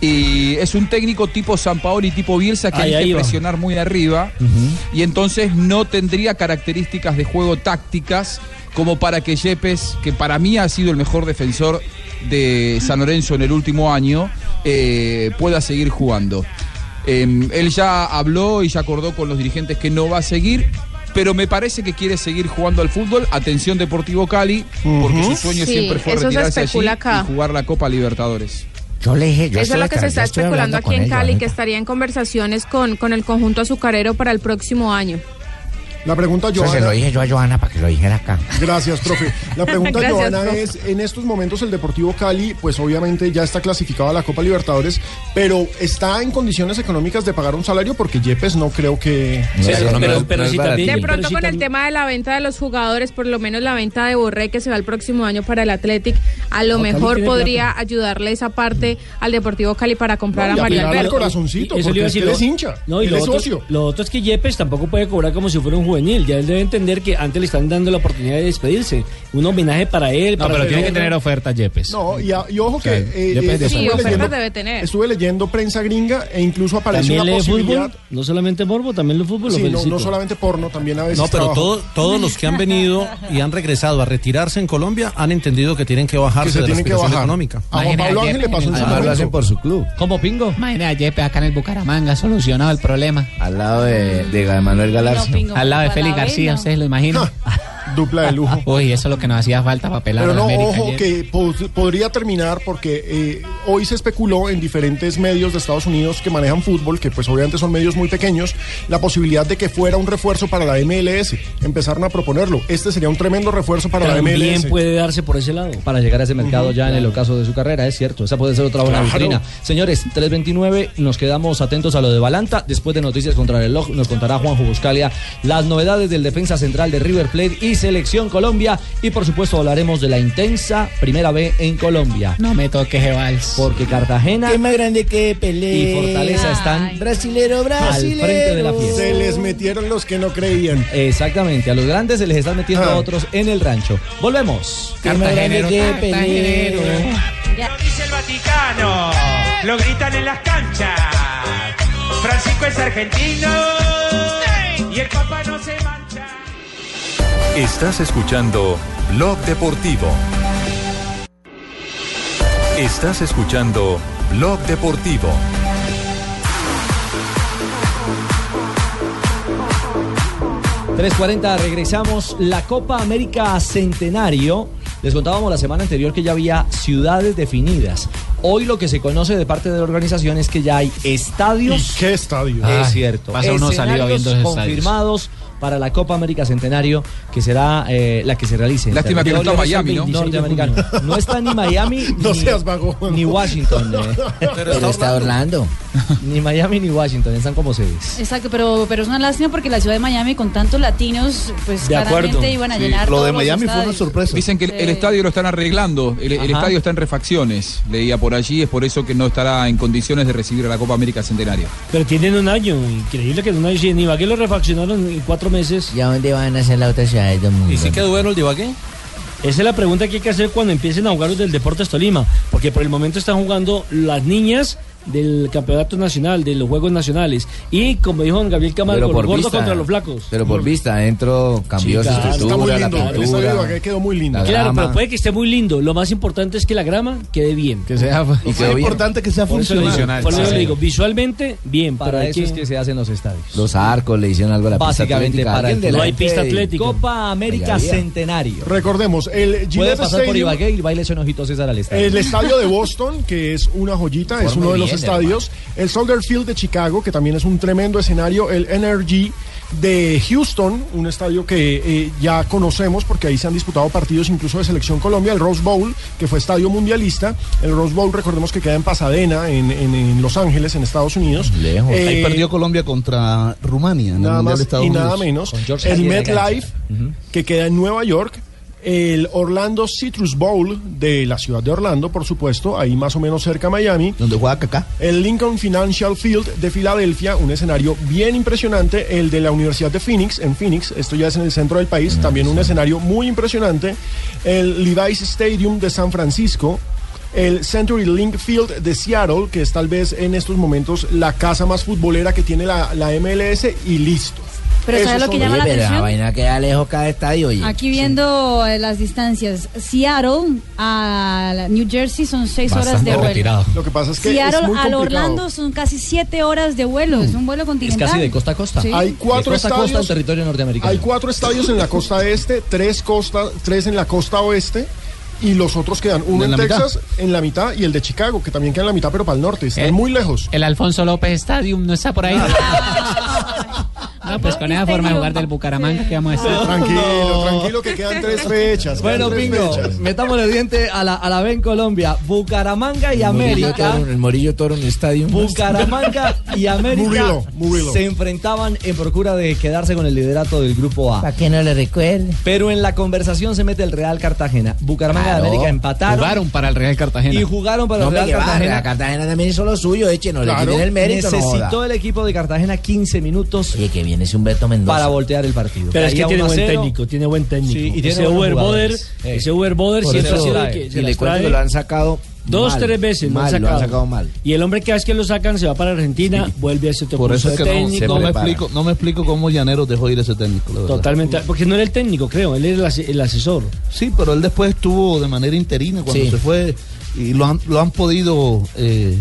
[SPEAKER 12] Y es un técnico tipo San y tipo Bielsa que
[SPEAKER 8] Ahí,
[SPEAKER 12] hay
[SPEAKER 8] ahí
[SPEAKER 12] que
[SPEAKER 8] va.
[SPEAKER 12] presionar muy arriba y entonces no tendría características de juego tácticas como para que Yepes, que para mí ha sido el mejor defensor de San Lorenzo en el último año, eh, pueda seguir jugando. Eh, él ya habló y ya acordó con los dirigentes que no va a seguir. Pero me parece que quiere seguir jugando al fútbol. Atención Deportivo Cali, porque su sueño
[SPEAKER 20] Sí,
[SPEAKER 12] siempre fue
[SPEAKER 20] eso se
[SPEAKER 12] retirarse allí
[SPEAKER 20] especula acá.
[SPEAKER 12] y jugar la Copa Libertadores.
[SPEAKER 9] Yo le dije,
[SPEAKER 20] Eso
[SPEAKER 9] yo
[SPEAKER 20] es
[SPEAKER 9] estoy
[SPEAKER 20] lo que se
[SPEAKER 9] acá, yo
[SPEAKER 20] está
[SPEAKER 9] estoy
[SPEAKER 20] especulando
[SPEAKER 9] hablando
[SPEAKER 20] aquí
[SPEAKER 9] con
[SPEAKER 20] en
[SPEAKER 9] él,
[SPEAKER 20] Cali,
[SPEAKER 9] Juanita.
[SPEAKER 20] que estaría en conversaciones con, con el conjunto azucarero para el próximo año.
[SPEAKER 7] La pregunta,
[SPEAKER 9] Eso se
[SPEAKER 7] Johanna.
[SPEAKER 9] lo dije yo a Johanna para que lo dijera acá.
[SPEAKER 7] Gracias, profe. La pregunta,
[SPEAKER 20] Gracias,
[SPEAKER 7] Johanna,
[SPEAKER 20] profe.
[SPEAKER 7] es, en estos momentos el Deportivo Cali, pues obviamente ya está clasificado a la Copa Libertadores, pero ¿está en condiciones económicas de pagar un salario? Porque Yepes no creo que...
[SPEAKER 9] No, Pero- no, no, pero- no pero es sí también-
[SPEAKER 20] De
[SPEAKER 9] baratillo.
[SPEAKER 20] pronto con el tema de la venta de los jugadores, por lo menos la venta de Borré que se va el próximo año para el Athletic, a lo
[SPEAKER 7] No, Cali
[SPEAKER 20] mejor
[SPEAKER 7] tiene
[SPEAKER 20] podría ayudarle esa parte al Deportivo Cali para comprar a Mario
[SPEAKER 8] Claro,
[SPEAKER 20] Alberto.
[SPEAKER 8] y- y eso le iba a decir,
[SPEAKER 7] es que él es
[SPEAKER 8] lo-
[SPEAKER 7] hincha,
[SPEAKER 8] No, y
[SPEAKER 7] él
[SPEAKER 8] lo
[SPEAKER 7] es
[SPEAKER 8] otro,
[SPEAKER 7] socio.
[SPEAKER 8] Lo otro es que Yepes tampoco puede cobrar como si fuera un juvenil. Ya él debe entender que antes le están dando la oportunidad de despedirse. Un homenaje para él.
[SPEAKER 14] No,
[SPEAKER 8] para
[SPEAKER 14] pero
[SPEAKER 8] su
[SPEAKER 14] tiene que
[SPEAKER 8] obra.
[SPEAKER 14] tener oferta, Yepes.
[SPEAKER 7] No, y, a- y ojo que...
[SPEAKER 14] sea,
[SPEAKER 7] eh,
[SPEAKER 14] Yepes
[SPEAKER 7] eh,
[SPEAKER 14] de
[SPEAKER 7] estuve,
[SPEAKER 14] San Lorenzo.
[SPEAKER 7] leyendo,
[SPEAKER 20] Debe tener.
[SPEAKER 7] estuve leyendo prensa gringa e incluso apareció
[SPEAKER 8] También
[SPEAKER 7] la
[SPEAKER 8] lee
[SPEAKER 7] posibilidad...
[SPEAKER 8] fútbol, no solamente morbo, también lee fútbol. lo
[SPEAKER 7] Sí, no,
[SPEAKER 8] felicito.
[SPEAKER 7] no solamente porno, también a veces
[SPEAKER 11] No, pero
[SPEAKER 7] trabajo.
[SPEAKER 11] todo- todos los que han venido y han regresado a retirarse en Colombia han entendido que tienen que bajarse
[SPEAKER 7] Que se
[SPEAKER 11] de la
[SPEAKER 7] tienen que
[SPEAKER 11] aspiración
[SPEAKER 7] bajar.
[SPEAKER 11] económica.
[SPEAKER 7] A Juan Pablo Ángel le pasó en San
[SPEAKER 11] Además, lo
[SPEAKER 7] Lorenzo.
[SPEAKER 11] hacen
[SPEAKER 9] por su club.
[SPEAKER 14] ¿Cómo pingo? Imagina a Yepes acá en el Bucaramanga, solucionado el problema.
[SPEAKER 9] Al lado de, de Manuel Galarza.
[SPEAKER 14] Al lado de Félix García, ustedes lo imaginan.
[SPEAKER 7] Dupla de lujo.
[SPEAKER 14] Uy, eso es lo que nos hacía falta para pelar
[SPEAKER 7] Pero
[SPEAKER 14] a la
[SPEAKER 7] no,
[SPEAKER 14] América
[SPEAKER 7] ojo,
[SPEAKER 14] ayer.
[SPEAKER 7] que pod- podría terminar porque eh, hoy se especuló en diferentes medios de Estados Unidos que manejan fútbol, que pues obviamente son medios muy pequeños, la posibilidad de que fuera un refuerzo para la MLS. Empezaron a proponerlo. Este sería un tremendo refuerzo para la MLS.
[SPEAKER 8] También puede darse por ese lado.
[SPEAKER 6] Para llegar a ese mercado
[SPEAKER 8] Ujú,
[SPEAKER 6] ya en el
[SPEAKER 8] claro.
[SPEAKER 6] ocaso de su carrera, es cierto. Esa puede ser otra buena
[SPEAKER 8] Claro.
[SPEAKER 6] vitrina. Señores, 3.29, nos quedamos atentos a lo de Balanta. Después de Noticias contra el reloj, nos contará Juan Buscalia las novedades del defensa central de River Plate y Selección Colombia. Y por supuesto, hablaremos de la intensa primera B en Colombia.
[SPEAKER 14] No me toques, Evals.
[SPEAKER 6] Porque Cartagena.
[SPEAKER 9] Es más grande que Pelé.
[SPEAKER 6] Y Fortaleza están
[SPEAKER 9] Brasilero, brasilero.
[SPEAKER 6] al frente de la fiesta.
[SPEAKER 7] Se les metieron los que no creían. Ah.
[SPEAKER 6] Exactamente, a los grandes se les están metiendo a otros en el rancho. Volvemos.
[SPEAKER 9] Cartagenero, eh.
[SPEAKER 23] Cartagenero.
[SPEAKER 10] Lo
[SPEAKER 23] dice el Vaticano, lo gritan en las canchas. Francisco es argentino y el Papa no se mancha.
[SPEAKER 1] Estás escuchando Blog Deportivo. Estás escuchando Blog Deportivo.
[SPEAKER 6] Cartagenero. 3.40, regresamos. La Copa América Centenario. Les contábamos la semana anterior que ya había ciudades definidas. Hoy lo que se conoce de parte de la organización es que ya hay estadios.
[SPEAKER 7] ¿Qué estadio?
[SPEAKER 6] es cierto.
[SPEAKER 14] pasa uno salido
[SPEAKER 6] Escenarios
[SPEAKER 14] viendo los estadios.
[SPEAKER 6] confirmados para la Copa América Centenario, que será eh, la que se realice. en
[SPEAKER 12] Lástima que no está
[SPEAKER 6] territorio
[SPEAKER 12] Miami, ¿no?
[SPEAKER 6] norteamericano. No está ni Miami
[SPEAKER 7] No
[SPEAKER 6] ni,
[SPEAKER 7] seas vago.
[SPEAKER 6] ni Washington. eh.
[SPEAKER 9] Pero está Orlando.
[SPEAKER 6] Ni Miami ni Washington, están como sedes.
[SPEAKER 10] Exacto, pero, pero es una lástima porque la ciudad de Miami con tantos latinos, pues claramente iban a
[SPEAKER 12] Sí,
[SPEAKER 10] llenar todos los estadios.
[SPEAKER 12] Dicen que el, el
[SPEAKER 10] Sí.
[SPEAKER 12] estadio lo están arreglando. El, el
[SPEAKER 10] Ajá.
[SPEAKER 12] estadio está en refacciones. Leía por allí, es por eso que no estará en condiciones de recibir a la Copa América Centenario.
[SPEAKER 8] Pero tienen un año, increíble que en un año, si en Ibagué lo refaccionaron en cuatro meses.
[SPEAKER 9] ¿Y a dónde van a hacer la otra ciudad del mundo?
[SPEAKER 11] ¿Y si quedó bueno el Divagué?
[SPEAKER 8] Esa es la pregunta que hay que hacer cuando empiecen a jugar los del Deportes Tolima, porque por el momento están jugando las niñas del campeonato nacional, de los Juegos Nacionales. Y como dijo don Gabriel Camargo, los gordos contra los flacos.
[SPEAKER 9] Pero por vista, adentro cambió
[SPEAKER 8] Sí,
[SPEAKER 9] su
[SPEAKER 8] claro.
[SPEAKER 9] estructura,
[SPEAKER 8] Está muy
[SPEAKER 9] la
[SPEAKER 8] lindo, está muy
[SPEAKER 9] pintura.
[SPEAKER 8] lindo,
[SPEAKER 7] quedó muy lindo.
[SPEAKER 9] La
[SPEAKER 8] claro,
[SPEAKER 9] grama.
[SPEAKER 8] pero puede que esté muy lindo. Lo más importante es que la grama quede bien. Que
[SPEAKER 14] sea
[SPEAKER 9] Y quedó bien.
[SPEAKER 8] importante que sea
[SPEAKER 9] funcional.
[SPEAKER 8] Por eso
[SPEAKER 9] Sí.
[SPEAKER 8] le digo, visualmente, bien.
[SPEAKER 6] Para
[SPEAKER 8] pero hay
[SPEAKER 6] eso es que se hacen los estadios.
[SPEAKER 9] Los arcos le hicieron algo a la pista
[SPEAKER 6] Básicamente
[SPEAKER 9] atlética.
[SPEAKER 6] para
[SPEAKER 9] Alguien
[SPEAKER 6] el
[SPEAKER 9] de la
[SPEAKER 6] fútbol.
[SPEAKER 9] gente de-
[SPEAKER 6] Copa América
[SPEAKER 9] Oiga, bien.
[SPEAKER 6] Centenario.
[SPEAKER 7] Recordemos, el
[SPEAKER 6] Puede
[SPEAKER 7] Gillette
[SPEAKER 6] pasar por
[SPEAKER 7] eh, Stadium-
[SPEAKER 6] Ibagué y va y le echa un ojito a César al estadio.
[SPEAKER 7] El estadio de Boston, que es una joyita, es uno
[SPEAKER 6] Forme
[SPEAKER 7] de los
[SPEAKER 6] bien,
[SPEAKER 7] estadios. El Soldier Field de Chicago, que también es un tremendo escenario. El NRG de Houston, un estadio que eh, ya conocemos porque ahí se han disputado partidos incluso de Selección Colombia. El Rose Bowl, que fue estadio mundialista. El Rose Bowl, recordemos que queda en Pasadena, en, en- en Los Ángeles, en Estados Unidos. Eh,
[SPEAKER 17] Ahí perdió Colombia contra Rumania en el
[SPEAKER 7] nada
[SPEAKER 17] Mundial
[SPEAKER 7] más
[SPEAKER 17] de Estados
[SPEAKER 7] y
[SPEAKER 17] Unidos.
[SPEAKER 7] nada menos. El MetLife, que queda en Nueva York. El Orlando Citrus Bowl de la ciudad de Orlando, por supuesto, ahí más o menos cerca a Miami.
[SPEAKER 17] Donde juega Kaká.
[SPEAKER 7] El Lincoln Financial Field de Filadelfia, un escenario bien impresionante. El de la Universidad de Phoenix, en Phoenix, esto ya es en el centro del
[SPEAKER 17] Mm.
[SPEAKER 7] país, también un escenario muy impresionante. El Levi's Stadium de San Francisco, el Century Link Field de Seattle, que es tal vez en estos momentos la casa más futbolera que tiene la, la MLS, y listo.
[SPEAKER 10] Pero
[SPEAKER 7] Esos
[SPEAKER 10] ¿sabe lo que
[SPEAKER 7] son-
[SPEAKER 10] llama la
[SPEAKER 9] Pero la
[SPEAKER 10] atención?
[SPEAKER 9] vaina queda lejos cada estadio. oye.
[SPEAKER 10] Aquí viendo eh, las distancias, Seattle a la- New Jersey son seis horas de vuelo.
[SPEAKER 7] Lo que pasa es que
[SPEAKER 10] Seattle
[SPEAKER 7] es muy
[SPEAKER 10] al
[SPEAKER 7] complicado.
[SPEAKER 10] Orlando son casi siete horas de vuelo, es un vuelo
[SPEAKER 6] Es
[SPEAKER 10] continental.
[SPEAKER 6] casi de costa a costa.
[SPEAKER 10] Sí.
[SPEAKER 7] Hay cuatro
[SPEAKER 6] de costa a costa en
[SPEAKER 7] estadios.
[SPEAKER 6] territorio norteamericano.
[SPEAKER 7] Hay cuatro estadios en la costa este, tres, costa, tres en la costa oeste. Y los otros quedan uno en,
[SPEAKER 14] En la mitad.
[SPEAKER 7] Texas, en la mitad, y el de Chicago, que también queda en la mitad, pero para el norte.
[SPEAKER 6] Eh.
[SPEAKER 7] Están muy lejos.
[SPEAKER 14] El Alfonso López Stadium no está por ahí. No, pues con esa forma de jugar del Bucaramanga que vamos a estar.
[SPEAKER 7] Tranquilo, tranquilo, que quedan tres fechas. quedan
[SPEAKER 6] Bueno,
[SPEAKER 7] tres
[SPEAKER 6] Pingo,
[SPEAKER 7] fechas.
[SPEAKER 6] metámosle diente a la, a la B en Colombia. Bucaramanga y América.
[SPEAKER 9] El Morillo Toro en estadio.
[SPEAKER 6] Bucaramanga y América
[SPEAKER 9] Murilo, Murilo.
[SPEAKER 6] se enfrentaban en procura de quedarse con el liderato del grupo A.
[SPEAKER 9] Para que no le recuerde.
[SPEAKER 6] Pero en la conversación se mete el Real Cartagena. Bucaramanga y
[SPEAKER 9] Claro.
[SPEAKER 6] América empataron.
[SPEAKER 9] Jugaron
[SPEAKER 14] para el Real Cartagena.
[SPEAKER 6] Y jugaron para
[SPEAKER 9] No
[SPEAKER 6] el
[SPEAKER 9] me
[SPEAKER 6] Real
[SPEAKER 9] que va,
[SPEAKER 6] Cartagena.
[SPEAKER 9] la Cartagena también hizo lo suyo, échenos, le quiten el mérito. no
[SPEAKER 6] necesitó
[SPEAKER 9] joda.
[SPEAKER 6] el equipo de Cartagena 15 minutos.
[SPEAKER 9] Oye, que viene ese Humberto Mendoza.
[SPEAKER 6] Para voltear el partido.
[SPEAKER 8] Pero es que
[SPEAKER 6] Caía
[SPEAKER 8] tiene
[SPEAKER 6] 1 a
[SPEAKER 8] buen
[SPEAKER 6] 0.
[SPEAKER 8] técnico, tiene buen técnico.
[SPEAKER 6] Sí, y tiene
[SPEAKER 8] ese
[SPEAKER 6] buenos
[SPEAKER 8] Overboder,
[SPEAKER 6] jugadores. Eh.
[SPEAKER 8] ese Overboder
[SPEAKER 9] Por
[SPEAKER 8] siempre ha
[SPEAKER 9] eso,
[SPEAKER 8] sido el que se
[SPEAKER 9] y le
[SPEAKER 8] las
[SPEAKER 9] cuento
[SPEAKER 8] trae.
[SPEAKER 9] que lo han sacado
[SPEAKER 8] Dos,
[SPEAKER 9] mal,
[SPEAKER 8] tres veces lo
[SPEAKER 9] mal,
[SPEAKER 8] han
[SPEAKER 9] lo
[SPEAKER 8] sacado.
[SPEAKER 9] han sacado mal.
[SPEAKER 8] Y el hombre cada vez que lo sacan se va para Argentina, vuelve a ese otro
[SPEAKER 17] Por eso es
[SPEAKER 8] puesto
[SPEAKER 17] que
[SPEAKER 8] de
[SPEAKER 17] no,
[SPEAKER 8] técnico.
[SPEAKER 17] no me explico, no me explico cómo Llaneros dejó ir ese técnico. la verdad.
[SPEAKER 8] Totalmente, porque no era el técnico, creo, él era el, ase- el asesor.
[SPEAKER 17] Sí, pero él después estuvo de manera interina cuando
[SPEAKER 8] Sí.
[SPEAKER 17] se fue y lo han, lo han podido eh,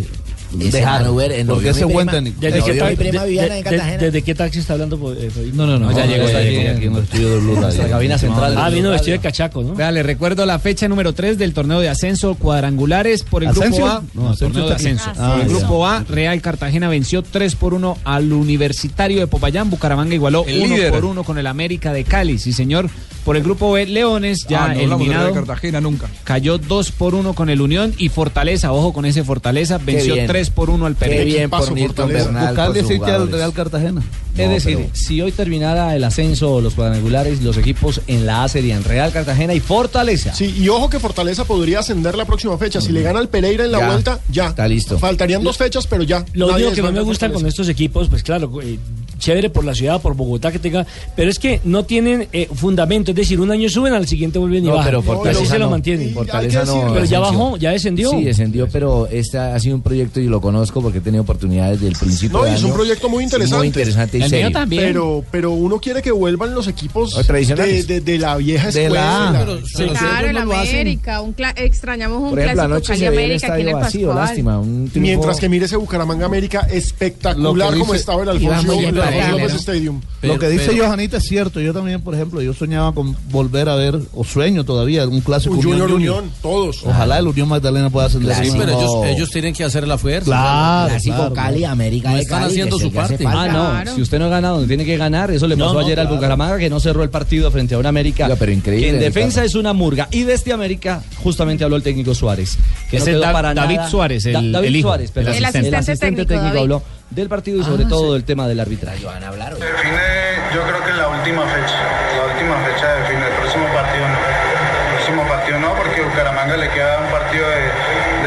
[SPEAKER 8] Ese
[SPEAKER 17] dejar.
[SPEAKER 8] Hanover, en
[SPEAKER 17] porque
[SPEAKER 8] noviembre
[SPEAKER 17] ese
[SPEAKER 8] y
[SPEAKER 17] buen
[SPEAKER 8] prima-
[SPEAKER 17] técnico. Eh,
[SPEAKER 8] Desde
[SPEAKER 17] En
[SPEAKER 8] que
[SPEAKER 17] noviembre
[SPEAKER 8] está-
[SPEAKER 17] y prima
[SPEAKER 8] de-
[SPEAKER 17] vivían en
[SPEAKER 8] de-
[SPEAKER 17] Cartagena.
[SPEAKER 8] ¿Desde qué taxi está hablando? eh, No,
[SPEAKER 17] No, ya llegó,
[SPEAKER 14] está
[SPEAKER 17] ya llegó
[SPEAKER 14] bien.
[SPEAKER 17] aquí en el estudio de Blue Radio.
[SPEAKER 14] Nuestra cabina central.
[SPEAKER 8] Ah, vino vestido de cachaco, ¿no?
[SPEAKER 14] eh, Vea, le recuerdo la fecha número 3 del torneo de ascenso cuadrangulares por el
[SPEAKER 17] ¿Ascenso?
[SPEAKER 14] grupo A.
[SPEAKER 17] No,
[SPEAKER 14] No,
[SPEAKER 17] ascenso
[SPEAKER 14] torneo de
[SPEAKER 17] está aquí.
[SPEAKER 14] ascenso.
[SPEAKER 17] Ah,
[SPEAKER 14] el
[SPEAKER 17] ya.
[SPEAKER 14] grupo A, Real Cartagena venció 3 por 1 al Universitario de Popayán. Bucaramanga igualó
[SPEAKER 12] El
[SPEAKER 14] 1
[SPEAKER 12] líder.
[SPEAKER 14] por 1 con el América de Cali. Sí, señor. Por el grupo B, Leones, ya
[SPEAKER 12] Ah, no hablamos del Real
[SPEAKER 14] eliminado.
[SPEAKER 12] Cartagena nunca.
[SPEAKER 14] Cayó 2 por 1 con el Unión y Fortaleza, ojo con ese Fortaleza, venció
[SPEAKER 12] bien.
[SPEAKER 14] 3 por 1 al
[SPEAKER 12] Qué
[SPEAKER 14] Pereira.
[SPEAKER 12] bien por Equipazo Nilton Fortaleza. Bernal,
[SPEAKER 17] Buscarle aceite al Real Cartagena.
[SPEAKER 6] Es decir, si hoy terminara el ascenso o los cuadrangulares, los equipos en la A serían Real Cartagena y Fortaleza.
[SPEAKER 7] Sí, y ojo que Fortaleza podría ascender la próxima fecha. Si le gana al Pereira en la
[SPEAKER 6] Ya,
[SPEAKER 7] vuelta, ya.
[SPEAKER 6] está listo.
[SPEAKER 7] Faltarían dos fechas, pero ya.
[SPEAKER 8] Lo
[SPEAKER 7] Nadie
[SPEAKER 8] único que más
[SPEAKER 7] desmanta
[SPEAKER 8] me
[SPEAKER 7] a
[SPEAKER 8] gusta con
[SPEAKER 7] Fortaleza.
[SPEAKER 8] estos equipos, pues claro, eh, chévere por la ciudad, por Bogotá que tenga, pero es que no tienen eh, fundamento, es decir, un año suben, al siguiente vuelven y
[SPEAKER 9] No,
[SPEAKER 8] bajan.
[SPEAKER 9] pero Fortaleza
[SPEAKER 8] Así se lo
[SPEAKER 9] no.
[SPEAKER 8] mantienen.
[SPEAKER 9] Fortaleza no.
[SPEAKER 8] Pero ya
[SPEAKER 9] ascenso.
[SPEAKER 8] bajó, ya descendió.
[SPEAKER 9] Sí, descendió, pero este ha sido un proyecto y lo conozco porque he tenido oportunidades del principio.
[SPEAKER 7] No,
[SPEAKER 9] del
[SPEAKER 7] y es un
[SPEAKER 9] Este año.
[SPEAKER 7] proyecto muy interesante.
[SPEAKER 9] Muy interesante y serio.
[SPEAKER 7] Pero, pero uno quiere que vuelvan los equipos
[SPEAKER 9] Los tradicionales.
[SPEAKER 7] De, de- de la vieja
[SPEAKER 9] De la
[SPEAKER 7] escuela.
[SPEAKER 9] A. Pero- Sí, pero
[SPEAKER 20] Claro, el América, un cla- extrañamos un clásico Cali América aquí en el Pascual.
[SPEAKER 9] un triunfo-
[SPEAKER 7] Mientras que mire ese Bucaramanga América
[SPEAKER 17] Lo que
[SPEAKER 7] espectacular como
[SPEAKER 17] dice-
[SPEAKER 7] estaba el
[SPEAKER 17] Iba
[SPEAKER 7] Alfonso,
[SPEAKER 17] Ah, muy
[SPEAKER 7] el
[SPEAKER 17] bien,
[SPEAKER 7] Alfonso
[SPEAKER 17] pero-
[SPEAKER 7] López Stadium.
[SPEAKER 17] lo que dice Johanita es cierto. Yo también, por ejemplo, yo soñaba con volver a ver, o sueño todavía, un clásico
[SPEAKER 7] Un Junior
[SPEAKER 17] Unión-Junior.
[SPEAKER 7] Unión, todos.
[SPEAKER 17] Ojalá el Unión Magdalena pueda hacer Clásico.
[SPEAKER 24] Sí, pero ellos, ellos tienen que hacer la fuerza.
[SPEAKER 17] Claro,
[SPEAKER 9] Clásico
[SPEAKER 17] claro,
[SPEAKER 9] Cali,
[SPEAKER 17] claro.
[SPEAKER 9] América
[SPEAKER 24] No
[SPEAKER 9] de
[SPEAKER 24] están
[SPEAKER 9] Cali,
[SPEAKER 24] haciendo
[SPEAKER 9] que es el
[SPEAKER 24] su
[SPEAKER 9] que
[SPEAKER 24] parte.
[SPEAKER 9] hace falta.
[SPEAKER 6] Ah, no, si usted no gana donde tiene que ganar, eso le
[SPEAKER 9] No,
[SPEAKER 6] pasó
[SPEAKER 9] no,
[SPEAKER 6] ayer al
[SPEAKER 9] claro.
[SPEAKER 6] Bucaramanga que no cerró el partido frente a una América
[SPEAKER 9] pero increíble,
[SPEAKER 6] que en
[SPEAKER 9] Ricardo.
[SPEAKER 6] defensa es una murga. Y de este América justamente habló el técnico Suárez, que
[SPEAKER 14] Ese
[SPEAKER 6] no quedó
[SPEAKER 14] Da-
[SPEAKER 6] para
[SPEAKER 14] David
[SPEAKER 6] nada-
[SPEAKER 14] Suárez, el-
[SPEAKER 6] David
[SPEAKER 14] el hijo,
[SPEAKER 6] Suárez,
[SPEAKER 14] el
[SPEAKER 6] perdón.
[SPEAKER 14] asistente. El asistente
[SPEAKER 6] técnico,
[SPEAKER 14] técnico,
[SPEAKER 6] habló del partido y sobre Ah, todo del tema del arbitraje.
[SPEAKER 25] yo creo que la última fecha, la última fecha de fin, el próximo partido no. El próximo partido no, porque Bucaramanga le queda un partido de,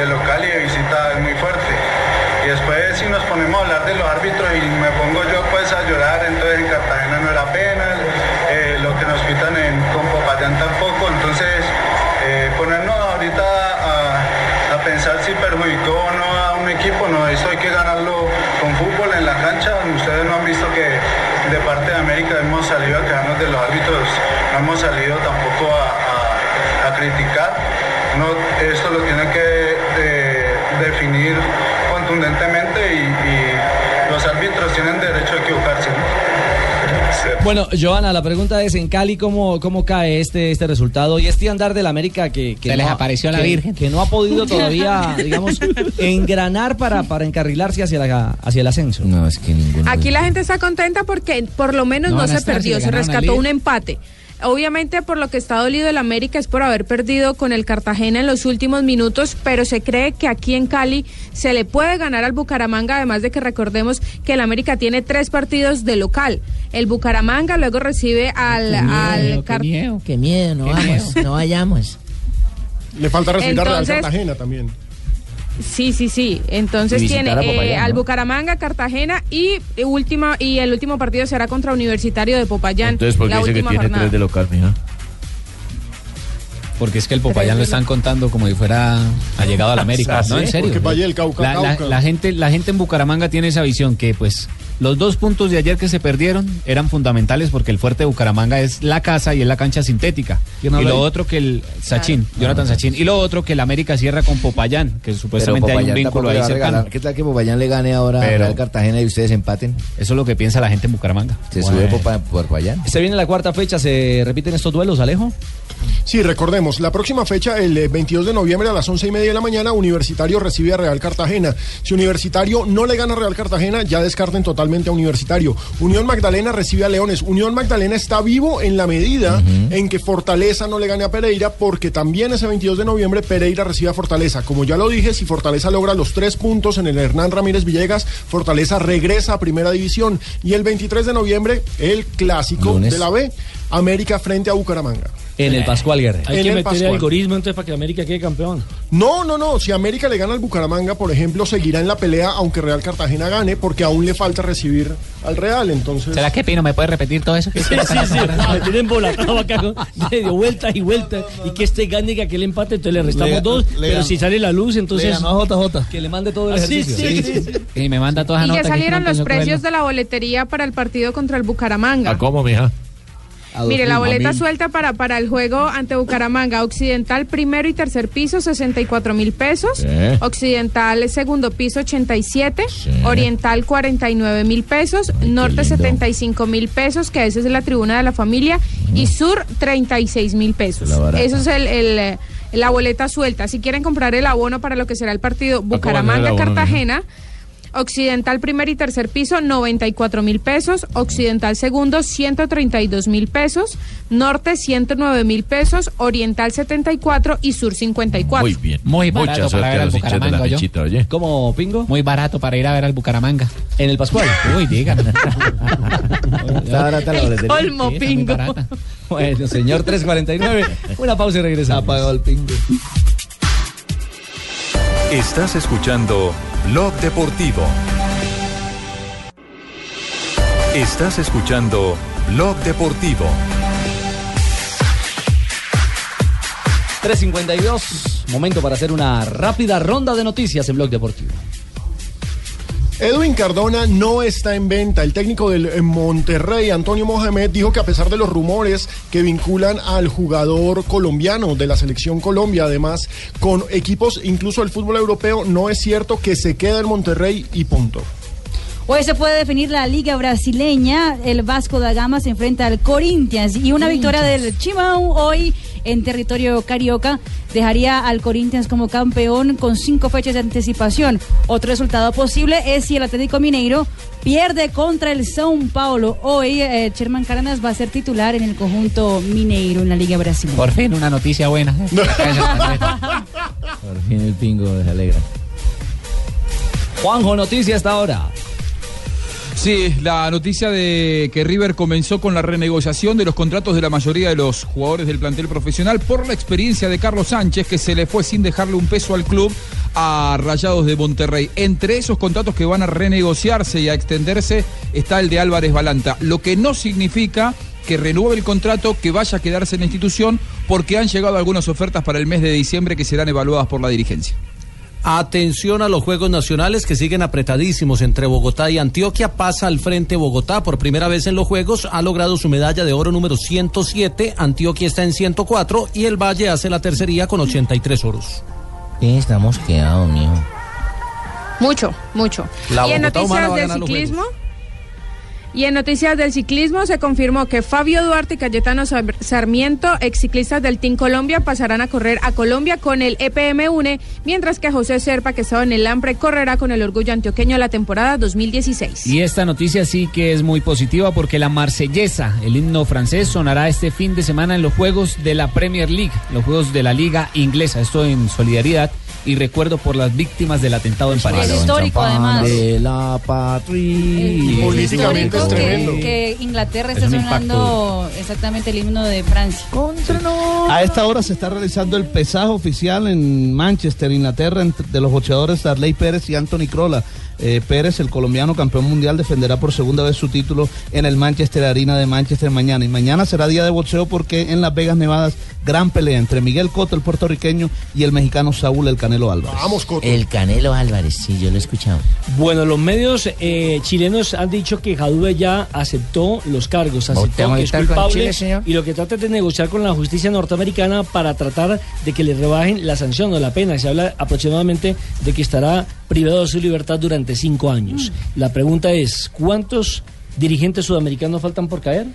[SPEAKER 25] de local y de visita es muy fuerte. Y después si nos ponemos a hablar de los árbitros y me pongo yo pues a llorar, entonces en Cartagena no era penal, eh, lo que nos pitan en con Popayán tampoco, entonces de los árbitros no hemos salido tampoco a, a- a criticar. No, esto lo tiene que eh, definir contundentemente y, y los árbitros tienen derecho a equivocarse. ¿no?
[SPEAKER 6] Bueno, Joana, la pregunta es en Cali cómo, cómo cae este, este resultado y este andar del América que, que
[SPEAKER 14] Se les
[SPEAKER 6] ha-
[SPEAKER 14] apareció la
[SPEAKER 6] que-
[SPEAKER 14] Virgen.
[SPEAKER 6] que no ha podido todavía, digamos, engranar para, para encarrilarse hacia, la, hacia el ascenso.
[SPEAKER 9] No, es que ninguno.
[SPEAKER 20] Aquí la gente está contenta porque por lo menos
[SPEAKER 6] No
[SPEAKER 20] no,
[SPEAKER 6] van a
[SPEAKER 20] se
[SPEAKER 6] estar si
[SPEAKER 20] perdió,
[SPEAKER 6] le
[SPEAKER 20] se
[SPEAKER 6] ganaron al
[SPEAKER 20] rescató
[SPEAKER 6] líder.
[SPEAKER 20] un empate. Obviamente por lo que está dolido el América es por haber perdido con el Cartagena en los últimos minutos, pero se cree que aquí en Cali se le puede ganar al Bucaramanga, además de que recordemos que el América tiene tres partidos de local. El Bucaramanga luego recibe al, al Car-
[SPEAKER 9] Qué miedo, no vamos, no vayamos.
[SPEAKER 7] Le falta recibir a Real
[SPEAKER 20] Entonces-
[SPEAKER 7] Cartagena también.
[SPEAKER 20] Sí, sí, sí. Entonces
[SPEAKER 7] Y
[SPEAKER 20] tiene
[SPEAKER 7] visitar a Popayán,
[SPEAKER 20] eh, al
[SPEAKER 7] ¿no?
[SPEAKER 20] Bucaramanga, Cartagena y eh, última y el último partido será contra Universitario de Popayán.
[SPEAKER 15] Entonces, ¿por qué
[SPEAKER 20] la
[SPEAKER 15] dice que
[SPEAKER 20] última
[SPEAKER 15] tiene
[SPEAKER 20] jornada.
[SPEAKER 15] tres de local, mija?
[SPEAKER 14] Porque es que el Popayán lo están contando como si fuera allegado a la América.
[SPEAKER 13] Ah, ¿sí?
[SPEAKER 14] No, en serio.
[SPEAKER 13] Porque Valle del Cauca,
[SPEAKER 14] la, la-
[SPEAKER 13] Cauca.
[SPEAKER 14] la gente, la gente en Bucaramanga tiene esa visión que, pues, los dos puntos de ayer que se perdieron eran fundamentales porque el fuerte de Bucaramanga es la casa y es la cancha sintética. Y
[SPEAKER 11] habla
[SPEAKER 14] lo
[SPEAKER 11] ahí?
[SPEAKER 14] otro que el Sachin, Jonathan Sachin. Y lo otro que el América cierra con Popayán, que supuestamente hay un
[SPEAKER 9] Popayán
[SPEAKER 14] vínculo
[SPEAKER 9] tampoco le
[SPEAKER 14] ahí
[SPEAKER 9] va a
[SPEAKER 14] cercano.
[SPEAKER 9] regalar. ¿Qué tal que Popayán le gane ahora a
[SPEAKER 14] Pero-
[SPEAKER 9] Real Cartagena y ustedes empaten?
[SPEAKER 14] Eso es lo que piensa la gente en Bucaramanga.
[SPEAKER 9] Se
[SPEAKER 14] Bueno.
[SPEAKER 9] sube Popa- Popayán.
[SPEAKER 6] Se viene la cuarta fecha, se repiten estos duelos, Alejo.
[SPEAKER 7] Sí, recordemos, la próxima fecha, el eh, 22 de noviembre a las 11 y media de la mañana, Universitario recibe a Real Cartagena. Si Universitario no le gana a Real Cartagena, ya descarten totalmente a Universitario. Unión Magdalena recibe a Leones. Unión Magdalena está vivo en la medida en que Fortaleza no le gane a Pereira, porque también ese 22 de noviembre Pereira recibe a Fortaleza. Como ya lo dije, si Fortaleza logra los tres puntos en el Hernán Ramírez Villegas, Fortaleza regresa a Primera División. Y el 23 de noviembre, el clásico
[SPEAKER 6] Lunes.
[SPEAKER 7] de la B, América frente a Bucaramanga.
[SPEAKER 6] En
[SPEAKER 8] Eh,
[SPEAKER 6] el Pascual Guerrero.
[SPEAKER 7] En el Pascual.
[SPEAKER 8] entonces para que América quede campeón.
[SPEAKER 7] No, no, no. Si América le gana al Bucaramanga, por ejemplo, seguirá en la pelea aunque Real Cartagena gane, porque aún le falta recibir al Real. Entonces.
[SPEAKER 14] ¿Será que Pino me puede repetir todo eso?
[SPEAKER 7] Sí, sí, sí.
[SPEAKER 2] Me tienen volatado acá, ¿no? le dio vueltas y vueltas. Y que este gane que aquel empate, entonces le restamos
[SPEAKER 14] Le-
[SPEAKER 2] dos.
[SPEAKER 14] le
[SPEAKER 2] pero
[SPEAKER 14] ganó.
[SPEAKER 2] si sale la luz, entonces.
[SPEAKER 14] Le ganó
[SPEAKER 2] JJ.
[SPEAKER 6] Que le mande todo
[SPEAKER 2] el ejercicio.
[SPEAKER 14] Y me manda todas
[SPEAKER 4] Ah,
[SPEAKER 20] Y
[SPEAKER 14] las
[SPEAKER 20] ya
[SPEAKER 14] notas.
[SPEAKER 20] salieron los precios de la boletería para el partido contra el Bucaramanga.
[SPEAKER 14] cómo, mija?
[SPEAKER 20] Mire, la boleta suelta para, para el juego ante Bucaramanga, Occidental primero y tercer piso, 64 mil pesos,
[SPEAKER 3] Sí.
[SPEAKER 20] Occidental segundo piso, 87, Oriental 49 mil pesos, Norte 75 mil pesos, que esa es la tribuna de la familia, y Sur 36 mil pesos.
[SPEAKER 4] La barata.
[SPEAKER 20] Eso es el, el, eh, la boleta suelta. Si quieren comprar el abono para lo que será el partido
[SPEAKER 4] cuánto vale el abono, mija?
[SPEAKER 20] Bucaramanga-Cartagena. Occidental primer y tercer piso, 94 mil pesos. Occidental segundo, 132 mil pesos. Norte, 109 mil pesos. Oriental, 74 y Sur, 54.
[SPEAKER 15] Muy bien.
[SPEAKER 14] Muy
[SPEAKER 15] Mucha
[SPEAKER 14] barato
[SPEAKER 15] suerte
[SPEAKER 14] para ver
[SPEAKER 15] a
[SPEAKER 14] al
[SPEAKER 15] los hinchas de la
[SPEAKER 14] Bucaramanga, yo.
[SPEAKER 15] fichita, oye.
[SPEAKER 6] ¿Cómo, Pingo?
[SPEAKER 14] Muy barato para ir a ver al Bucaramanga.
[SPEAKER 6] ¿En el Pascual?
[SPEAKER 14] Uy, díganme.
[SPEAKER 9] Está barata la boletería.
[SPEAKER 20] Colmo, Pingo.
[SPEAKER 6] Bueno, señor 349. Una pausa y regresamos. Apagó el pingo.
[SPEAKER 1] Estás escuchando Blog Deportivo. Estás escuchando Blog Deportivo.
[SPEAKER 6] 352. Momento para hacer una rápida ronda de noticias en Blog Deportivo.
[SPEAKER 7] Edwin Cardona no está en venta. El técnico del eh, Monterrey, Antonio Mohamed, dijo que a pesar de los rumores que vinculan al jugador colombiano de la selección Colombia, además con equipos, incluso el fútbol europeo, no es cierto que se queda en Monterrey y punto.
[SPEAKER 10] Hoy Pues se puede definir la Liga Brasileña. El Vasco da Gama se enfrenta al Corinthians y una victoria del Chimão hoy en territorio carioca dejaría al Corinthians como campeón con cinco fechas de anticipación. Otro resultado posible es si el Atlético Mineiro pierde contra el São Paulo. Hoy eh, Sherman Cárdenas va a ser titular en el conjunto mineiro en la Liga Brasileña.
[SPEAKER 14] Por fin, una noticia buena.
[SPEAKER 9] Por fin el pingo se alegra.
[SPEAKER 6] Juanjo, noticias hasta ahora.
[SPEAKER 12] Sí, la noticia de que River comenzó con la renegociación de los contratos de la mayoría de los jugadores del plantel profesional por la experiencia de Carlos Sánchez, que se le fue sin dejarle un peso al club a Rayados de Monterrey. Entre esos contratos que van a renegociarse y a extenderse está el de Álvarez Balanta, lo que no significa que renueve el contrato, que vaya a quedarse en la institución, porque han llegado algunas ofertas para el mes de diciembre que serán evaluadas por la dirigencia.
[SPEAKER 11] Atención a los Juegos Nacionales que siguen apretadísimos entre Bogotá y Antioquia. Pasa al frente Bogotá por primera vez en los Juegos. Ha logrado su medalla de oro número 107. Antioquia está en 104 y el Valle hace la tercería con 83 oros.
[SPEAKER 9] Sí, estamos quedados, mío.
[SPEAKER 20] Mucho, mucho.
[SPEAKER 11] La
[SPEAKER 20] y en
[SPEAKER 11] Bogotá
[SPEAKER 20] noticias
[SPEAKER 11] humana va a
[SPEAKER 20] del
[SPEAKER 11] ganar los
[SPEAKER 20] ciclismo. Y en noticias del ciclismo se confirmó que Fabio Duarte y Cayetano Sar- Sarmiento, ex ciclistas del Team Colombia, pasarán a correr a Colombia con el EPM UNE, mientras que José Serpa, que estaba en el Lampre, correrá con el Orgullo Antioqueño la temporada 2016.
[SPEAKER 14] Y esta noticia sí que es muy positiva porque la marsellesa, el himno francés, sonará este fin de semana en los Juegos de la Premier League, los Juegos de la Liga Inglesa. Esto en solidaridad y recuerdo por las víctimas del atentado en París.
[SPEAKER 10] Es histórico, además. Eh,
[SPEAKER 15] De la patria.
[SPEAKER 10] Políticamente es Que, que Inglaterra
[SPEAKER 17] Es
[SPEAKER 10] está
[SPEAKER 17] un impacto.
[SPEAKER 10] sonando exactamente el himno de Francia.
[SPEAKER 17] A esta hora se está realizando el pesaje oficial en Manchester, Inglaterra, entre- de los boxeadores Darley Pérez y Anthony Crolla. Eh, Pérez, el colombiano campeón mundial, defenderá por segunda vez su título en el Manchester Arena de Manchester mañana. Y mañana será día de boxeo porque en Las Vegas, Nevadas, gran pelea entre Miguel Cotto, el puertorriqueño, y el mexicano Saúl El Canelo Álvarez.
[SPEAKER 7] Vamos, Cotto.
[SPEAKER 9] El Canelo Álvarez, sí, yo lo he escuchado.
[SPEAKER 8] Bueno, los medios eh, chilenos han dicho que Jadue ya aceptó los cargos, aceptó
[SPEAKER 9] ¿Usted
[SPEAKER 8] que es
[SPEAKER 9] está con
[SPEAKER 8] culpable
[SPEAKER 9] Chile, señor?
[SPEAKER 8] y lo que trata es de negociar con la justicia norteamericana para tratar de que le rebajen la sanción o la pena. Se habla aproximadamente de que estará privado de su libertad durante cinco años.
[SPEAKER 9] Mm.
[SPEAKER 8] La pregunta es, ¿cuántos dirigentes sudamericanos faltan por caer?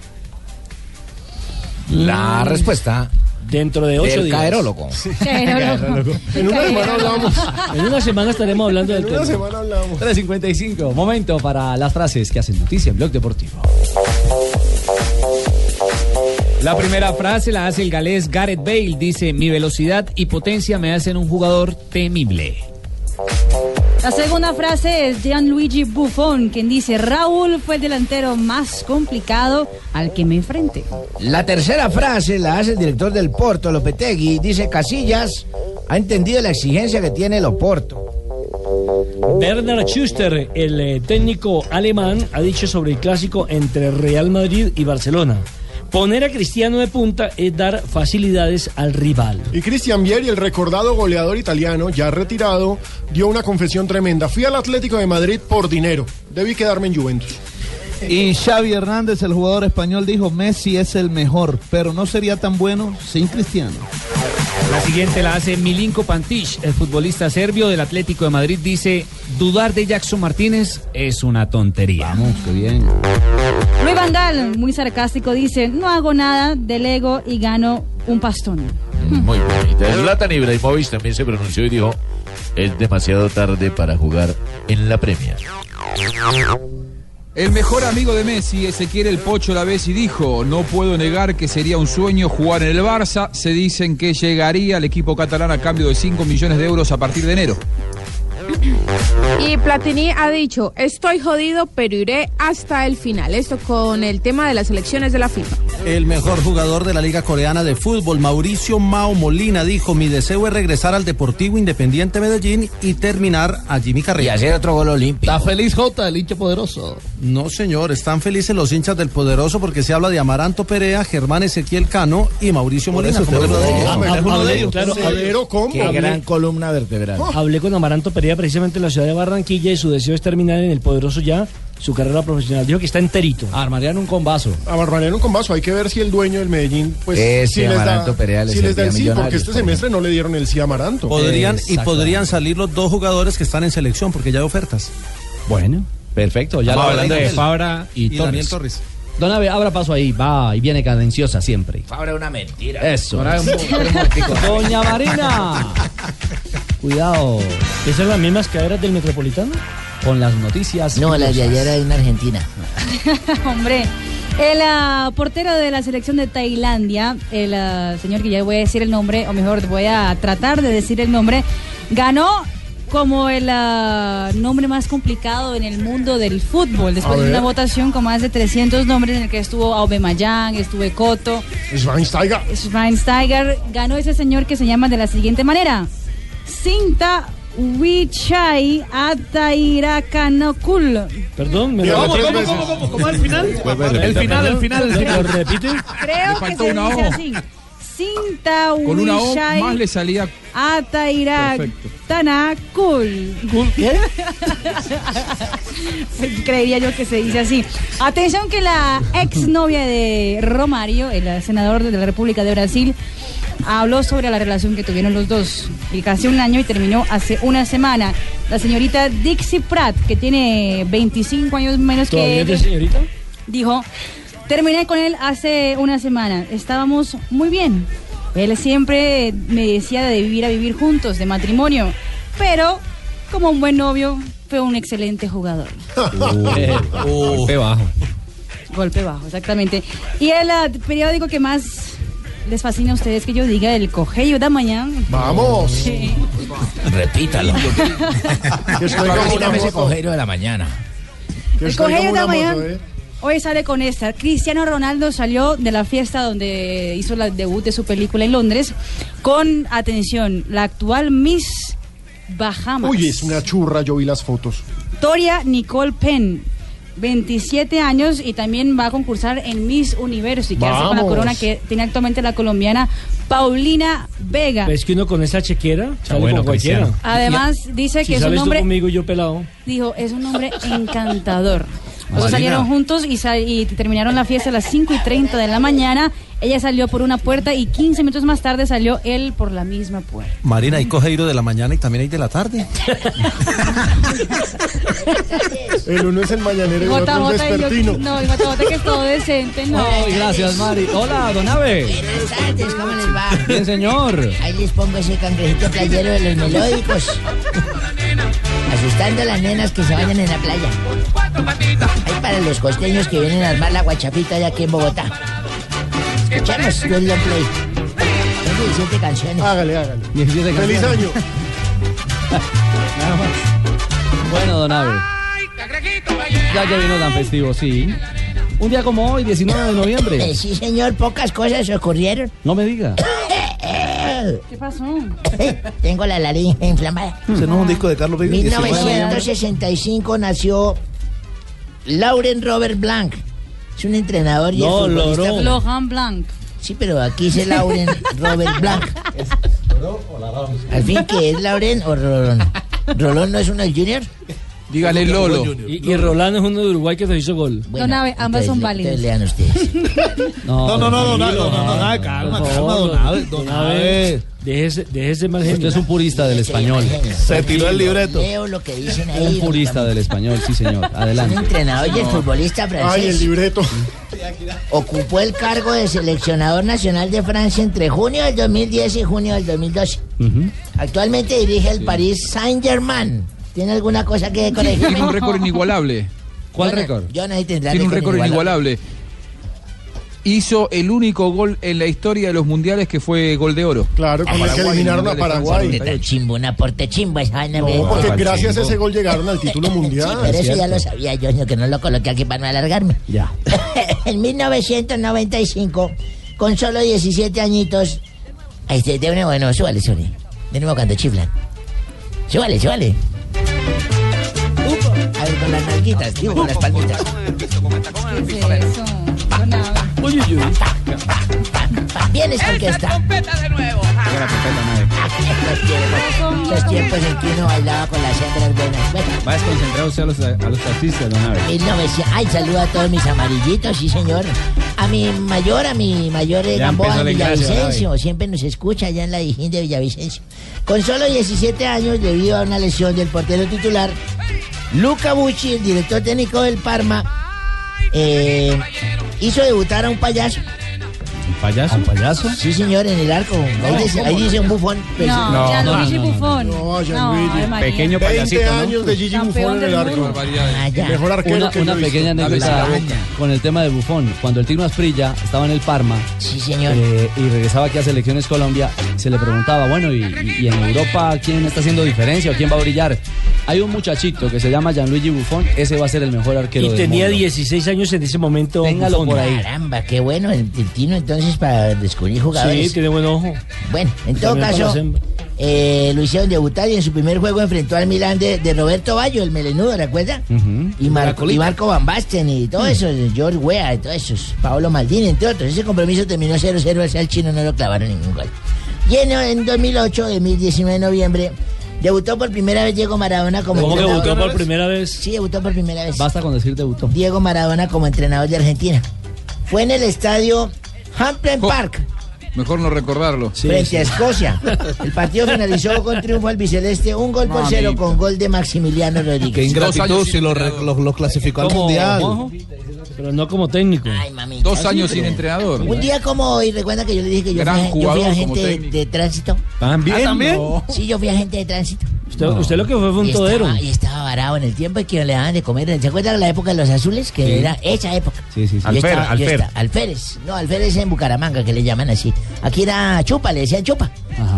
[SPEAKER 9] La Ah, respuesta.
[SPEAKER 8] Dentro de
[SPEAKER 9] del
[SPEAKER 8] ocho días.
[SPEAKER 9] caerólogo.
[SPEAKER 7] Caerólogo. En una semana hablamos.
[SPEAKER 8] En una semana estaremos hablando del
[SPEAKER 7] En una
[SPEAKER 8] tema.
[SPEAKER 7] semana hablamos.
[SPEAKER 13] 3.55, momento para las frases que hacen noticia en Blog Deportivo.
[SPEAKER 14] La primera frase la hace el galés Gareth Bale. Dice, mi velocidad y potencia me hacen un jugador temible.
[SPEAKER 10] La segunda frase es Gianluigi Buffon, quien dice, Raúl fue el delantero más complicado al que me enfrenté.
[SPEAKER 9] La tercera frase la hace el director del Porto, Lopetegui. Dice, Casillas ha entendido la exigencia que tiene el Oporto.
[SPEAKER 8] Bernard Schuster, el eh, técnico alemán, ha dicho sobre el clásico entre Real Madrid y Barcelona. Poner a Cristiano de punta es dar facilidades al rival.
[SPEAKER 7] Y Cristian Vieri, el recordado goleador italiano, ya retirado, dio una confesión tremenda. Fui al Atlético de Madrid por dinero. Debí quedarme en Juventus.
[SPEAKER 17] Y Xavi Hernández, el jugador español, dijo, Messi es el mejor, pero no sería tan bueno sin Cristiano.
[SPEAKER 14] La siguiente la hace Milinko Pantic, el futbolista serbio del Atlético de Madrid. Dice, dudar de Jackson Martínez es una tontería. Vamos,
[SPEAKER 17] qué bien.
[SPEAKER 10] Luis Vandal, muy sarcástico, dice, no hago nada, delego y gano un pastón.
[SPEAKER 3] Muy bonita. Zlatan Ibrahimovic también se pronunció y dijo, es demasiado tarde para jugar en la Premier.
[SPEAKER 12] El mejor amigo de Messi, Ezequiel El Pocho, la vez y dijo, no puedo negar que sería un sueño jugar en el Barça. Se dicen que llegaría al equipo catalán a cambio de 5 millones de euros a partir de enero.
[SPEAKER 20] Y Platini ha dicho, estoy jodido, pero iré hasta el final. Esto con el tema de las elecciones de la FIFA.
[SPEAKER 11] El mejor jugador de la Liga Coreana de Fútbol, Mauricio Mao Molina, dijo, mi deseo es regresar al Deportivo Independiente Medellín y terminar allí mi carrera.
[SPEAKER 9] Y hacer otro gol olímpico.
[SPEAKER 17] ¿Está feliz Jota, el hincha poderoso? No, señor, están felices los hinchas del poderoso porque se habla de Amaranto Perea, Germán Ezequiel Cano y Mauricio Molina. como uno de ellos. Es uno de ellos.
[SPEAKER 8] Hablé-
[SPEAKER 17] columna vertebral.
[SPEAKER 10] Oh.
[SPEAKER 8] Hablé con Amaranto Perea precisamente en la ciudad de Barranquilla y su deseo es terminar en el poderoso ya su carrera profesional. Dijo que está enterito.
[SPEAKER 13] Armarían un combazo.
[SPEAKER 7] Armarían un combazo. Hay que ver si el dueño del Medellín, pues,
[SPEAKER 8] Ese
[SPEAKER 7] si les da,
[SPEAKER 8] Este Amaranto Perea le
[SPEAKER 7] si les da el sí,
[SPEAKER 11] servía a
[SPEAKER 7] porque este
[SPEAKER 11] Millonarios, por
[SPEAKER 7] semestre no le dieron el sí a Amaranto.
[SPEAKER 11] Podrían, y podrían salir los dos jugadores que están en selección porque ya hay ofertas.
[SPEAKER 13] Bueno, perfecto. Ya
[SPEAKER 11] Estamos
[SPEAKER 13] lo
[SPEAKER 11] hablando de
[SPEAKER 13] hablamos.
[SPEAKER 11] Fabra y Torres.
[SPEAKER 13] Don Abe, abra paso ahí, va y viene cadenciosa siempre.
[SPEAKER 9] Ahora una mentira.
[SPEAKER 13] Eso.
[SPEAKER 9] Ahora un- un momentico.
[SPEAKER 13] Doña Marina. Cuidado.
[SPEAKER 8] ¿Esas las mismas caderas del Metropolitano?
[SPEAKER 13] Con las noticias.
[SPEAKER 9] No, la de ayer era en Argentina.
[SPEAKER 10] Hombre, el ah, portero de la selección de Tailandia, el ah, señor que ya voy a decir el nombre, o mejor voy a tratar de decir el nombre, ganó como el ah, nombre más complicado en el mundo del fútbol, después
[SPEAKER 7] A
[SPEAKER 10] de
[SPEAKER 7] ver.
[SPEAKER 10] una votación con más de 300 nombres en el que estuvo Aubameyang, estuvo Coto,
[SPEAKER 7] Schweinsteiger.
[SPEAKER 10] Schweinsteiger, ganó ese señor que se llama de la siguiente manera, Sinta Wichai Atairakhanakul.
[SPEAKER 8] Perdón, me
[SPEAKER 10] ¿Cómo,
[SPEAKER 8] repite.
[SPEAKER 10] cómo, cómo, cómo, cómo? ¿Al final?
[SPEAKER 8] Repite,
[SPEAKER 10] El final, el final, el
[SPEAKER 8] ¿Me lo
[SPEAKER 10] final.
[SPEAKER 8] repite?
[SPEAKER 10] Creo
[SPEAKER 12] Le
[SPEAKER 10] que
[SPEAKER 12] faltó
[SPEAKER 10] se
[SPEAKER 12] una
[SPEAKER 10] dice
[SPEAKER 12] O.
[SPEAKER 10] así. Sinta
[SPEAKER 12] Con una O más le salía
[SPEAKER 10] Atairac.
[SPEAKER 12] perfecto.
[SPEAKER 10] Tana Cool.
[SPEAKER 8] ¿Cool qué?
[SPEAKER 10] Creería yo que se dice así. Atención que la exnovia de Romario, el senador de la República de Brasil, habló sobre la relación que tuvieron los dos, y casi un año y terminó hace una semana. La señorita Dixie Pratt, que tiene 25 años menos que él,
[SPEAKER 8] señorita?
[SPEAKER 10] dijo, terminé con él hace una semana, estábamos muy bien. Él siempre me decía de vivir a vivir juntos, de matrimonio, pero como un buen novio, fue un excelente jugador.
[SPEAKER 14] golpe bajo.
[SPEAKER 10] Golpe bajo, exactamente. Y el ah, periódico que más les fascina a ustedes que yo diga el Cogeio da Mañana.
[SPEAKER 7] ¡Vamos!
[SPEAKER 10] Sí.
[SPEAKER 24] Repítalo. Imagíname ese cojero de la mañana.
[SPEAKER 10] El Cogeio da Mañana.
[SPEAKER 7] ¿eh?
[SPEAKER 10] Hoy sale con esta. Cristiano Ronaldo salió de la fiesta donde hizo la debut de su película en Londres con, atención, la actual Miss Bahamas.
[SPEAKER 7] Uy, es una churra, yo vi las fotos.
[SPEAKER 10] Victoria Nicole Penn, 27 años y también va a concursar en Miss Universo y quedarse con la
[SPEAKER 8] Vamos.
[SPEAKER 10] corona que tiene actualmente la colombiana Paulina Vega.
[SPEAKER 8] Es que uno con esa chequera sale
[SPEAKER 14] bueno,
[SPEAKER 8] con cualquiera.
[SPEAKER 14] Cristiano.
[SPEAKER 10] Además, dice
[SPEAKER 8] Si
[SPEAKER 10] que es un
[SPEAKER 8] sales tú
[SPEAKER 10] hombre,
[SPEAKER 8] conmigo y yo pelado.
[SPEAKER 10] dijo, es un hombre encantador. Los dos
[SPEAKER 8] Marina.
[SPEAKER 10] salieron juntos y, sal- y terminaron la fiesta a las 5 y 30 de la mañana. Ella salió por una puerta y 15 minutos más tarde salió él por la misma puerta.
[SPEAKER 11] Marina, hay cojeiro de la mañana y también hay de la tarde.
[SPEAKER 7] El uno es el mañanero y el otro es
[SPEAKER 10] JJ, y
[SPEAKER 7] vespertino.
[SPEAKER 10] yo- no, el JJ que es todo decente, no.
[SPEAKER 6] Ay, gracias, Mari. Hola, don Abe.
[SPEAKER 24] Buenas tardes, ¿cómo les va?
[SPEAKER 6] Bien, señor.
[SPEAKER 24] Ahí les pongo ese cangrejito playero de los melódicos. Asustando a las nenas que se bañan en la playa. Hay para los costeños que vienen a armar la guachapita ya aquí en Bogotá. Escuchamos Good Long Play. Son 17 canciones.
[SPEAKER 7] Hágale, hágale.
[SPEAKER 6] 17
[SPEAKER 7] ¡Feliz
[SPEAKER 6] canciones.
[SPEAKER 7] año!
[SPEAKER 6] Nada más. Bueno, don Abe. Ya que vino tan festivo, sí. Un día como hoy, 19 de noviembre.
[SPEAKER 24] Eh, Sí, señor, pocas cosas ocurrieron.
[SPEAKER 6] No me diga.
[SPEAKER 10] ¿Qué pasó?
[SPEAKER 24] Tengo la laringe inflamada.
[SPEAKER 17] Ese no es un disco de Carlos Vives.
[SPEAKER 24] 1965 nació Lauren Robert Blanc. Es un entrenador y es
[SPEAKER 10] No,
[SPEAKER 24] futbolista
[SPEAKER 10] logró.
[SPEAKER 24] francés.
[SPEAKER 10] Lohan Blanc.
[SPEAKER 24] Sí, pero aquí dice Lauren Robert Blanc. Al fin, que es Lauren o Rolón? ¿Rolón no es uno del Junior?
[SPEAKER 12] Dígale Lolo.
[SPEAKER 8] Y, y Rolando es uno de Uruguay que se hizo gol.
[SPEAKER 24] Bueno,
[SPEAKER 10] Don Abe, ambas
[SPEAKER 24] entonces,
[SPEAKER 10] son
[SPEAKER 24] le-
[SPEAKER 10] válidas.
[SPEAKER 24] entonces lean ustedes.
[SPEAKER 11] No, no, no, don Abe, no, no, no, no, calma, calma, don Abe, don Abe.
[SPEAKER 8] Déjese, déjese mal
[SPEAKER 6] Usted
[SPEAKER 8] genio.
[SPEAKER 6] es un purista del español.
[SPEAKER 17] Se tiró el libreto.
[SPEAKER 24] Leo lo que dicen ahí.
[SPEAKER 6] Un
[SPEAKER 24] don
[SPEAKER 6] purista del español, sí, señor.
[SPEAKER 24] Un
[SPEAKER 6] Adelante.
[SPEAKER 24] entrenador y el futbolista
[SPEAKER 7] ¡Ay, el
[SPEAKER 24] francés
[SPEAKER 7] libreto!
[SPEAKER 24] ocupó el cargo de seleccionador nacional de Francia entre junio del 2010 y junio del 2012.
[SPEAKER 6] Ujú.
[SPEAKER 24] Actualmente dirige el París Saint-Germain. ¿Tiene alguna cosa que corregir?
[SPEAKER 12] Tiene un récord inigualable.
[SPEAKER 6] ¿Cuál
[SPEAKER 24] Yo no-
[SPEAKER 6] récord?
[SPEAKER 24] Yo no ahí tendrá
[SPEAKER 12] Tiene un récord inigualable. Hizo el único gol en la historia de los mundiales que fue gol de oro.
[SPEAKER 7] Claro, con el que eliminaron a
[SPEAKER 24] Aporte
[SPEAKER 7] Paraguay.
[SPEAKER 24] tan chimbo, un aporte chimbo esa vaina. me-
[SPEAKER 7] No, porque
[SPEAKER 12] Paraguay,
[SPEAKER 7] gracias a
[SPEAKER 12] no.
[SPEAKER 7] ese gol llegaron al título
[SPEAKER 24] Sí, pero
[SPEAKER 7] mundial.
[SPEAKER 24] eso ya lo sabía yo, sino que no lo coloqué aquí para no alargarme.
[SPEAKER 6] Ya.
[SPEAKER 24] en 1995, con solo 17 añitos. Ahí está, de nuevo, de nuevo, súbale, súbale. De nuevo cuando chiflan. Súbale, súbale. A ver, con las nalguitas, digo, con las palmitas.
[SPEAKER 10] ¿Qué es eso? Don Abe.
[SPEAKER 24] Vienes porque está. Los tiempos, los tiempos en que uno bailaba con las hembras buenas. Bueno,
[SPEAKER 14] Va desconcentrado usted a los, a los artistas, don Abe.
[SPEAKER 24] 1900. Ay, saludo a todos mis amarillitos, sí, señor. A mi mayor, a mi mayor eh,
[SPEAKER 14] Ya
[SPEAKER 24] Gamboa
[SPEAKER 14] empezó
[SPEAKER 24] en
[SPEAKER 14] la iglesia,
[SPEAKER 24] Villavicencio. Siempre nos escucha allá en la Dijín de Villavicencio. Con solo 17 años, debido a una lesión del portero titular, Luca Bucci, el director técnico del Parma, eh, hizo debutar a un payaso.
[SPEAKER 14] ¿Un payaso?
[SPEAKER 6] ¿Un payaso?
[SPEAKER 24] Sí, señor, en el arco. Ahí, dice, ahí dice un bufón. Pues,
[SPEAKER 10] No,
[SPEAKER 14] No,
[SPEAKER 10] Gianluigi
[SPEAKER 14] no, no,
[SPEAKER 10] Buffon.
[SPEAKER 7] No,
[SPEAKER 10] No,
[SPEAKER 7] Gianluigi.
[SPEAKER 10] Ave María.
[SPEAKER 14] Pequeño
[SPEAKER 7] 20
[SPEAKER 14] payasito, ¿no?
[SPEAKER 7] años de Gigi Buffon
[SPEAKER 10] Campeón
[SPEAKER 7] en el
[SPEAKER 10] del
[SPEAKER 7] arco.
[SPEAKER 24] ah, ya.
[SPEAKER 7] Mejor arquero
[SPEAKER 6] Una,
[SPEAKER 7] que yo
[SPEAKER 6] una
[SPEAKER 7] he visto.
[SPEAKER 6] pequeña anécdota con el tema de Bufón. Cuando el Tino Asprilla estaba en el Parma
[SPEAKER 24] Sí, señor.
[SPEAKER 6] eh, y regresaba aquí a Selecciones Colombia, se le preguntaba, bueno, ¿y, y- y en Europa quién está haciendo diferencia o quién va a brillar? Hay un muchachito que se llama Gianluigi Buffon, ese va a ser el mejor arquero
[SPEAKER 8] Y
[SPEAKER 6] del
[SPEAKER 8] tenía
[SPEAKER 6] mundo.
[SPEAKER 8] 16 años en ese momento.
[SPEAKER 6] Téngalo
[SPEAKER 8] Buffon.
[SPEAKER 6] por ahí.
[SPEAKER 24] Pues, Caramba, qué bueno el, el tino entonces para descubrir jugadores.
[SPEAKER 8] Sí, tiene buen ojo. Pues
[SPEAKER 24] Bueno, en todo
[SPEAKER 8] También para
[SPEAKER 24] caso,
[SPEAKER 8] las hembras.
[SPEAKER 24] eh, lo hicieron debutar y en su primer juego enfrentó al Milán de, de Roberto Bayo, el melenudo, ¿recuerda? y, Marco, y Marco Van Basten y todo eso, George Weah y todo eso, Paolo Maldini, entre otros. Ese compromiso terminó 0-0, al ser chino no lo clavaron ningún gol. Y en, en 2008, de 2019 de noviembre, Debutó por primera vez Diego Maradona como
[SPEAKER 9] ¿Cómo que
[SPEAKER 24] entrenador.
[SPEAKER 9] debutó por primera vez?
[SPEAKER 24] Sí, debutó por primera vez.
[SPEAKER 4] Basta con decir debutó.
[SPEAKER 24] Diego Maradona como entrenador de Argentina. Fue en el estadio Hampton Park,
[SPEAKER 12] Mejor no recordarlo.
[SPEAKER 24] frente a Escocia. El partido finalizó con triunfo al biceleste, un gol por cero
[SPEAKER 17] Mamita.
[SPEAKER 24] con gol de Maximiliano Rodríguez.
[SPEAKER 17] Qué ingratitud si lo, re- lo- lo clasificó al
[SPEAKER 24] ¿Cómo,
[SPEAKER 17] mundial.
[SPEAKER 24] Juanjo?
[SPEAKER 9] Pero no como técnico.
[SPEAKER 12] Dos años sin entrenador.
[SPEAKER 24] Un día como hoy, recuerda que yo le dije que yo fui, a-
[SPEAKER 12] Gran
[SPEAKER 24] yo fui
[SPEAKER 12] jugador como
[SPEAKER 24] agente de,
[SPEAKER 12] técnico.
[SPEAKER 24] de tránsito.
[SPEAKER 9] ¿También? Ah, ¿también? No.
[SPEAKER 24] Sí, yo fui agente de tránsito.
[SPEAKER 9] Usted, usted lo que fue fue un
[SPEAKER 24] Y estaba-
[SPEAKER 9] todero.
[SPEAKER 24] Y estaba varado en el tiempo en que le daban de comer. ¿Se acuerdan la época de los azules? Que
[SPEAKER 9] Sí.
[SPEAKER 24] era esa época.
[SPEAKER 9] Sí, sí, sí.
[SPEAKER 24] Yo
[SPEAKER 9] Alfer,
[SPEAKER 24] estaba- yo
[SPEAKER 9] Alfer.
[SPEAKER 24] estaba- Alférez. No, Alférez en Bucaramanga, que le llaman así. Aquí era Chupa, le decían Chupa.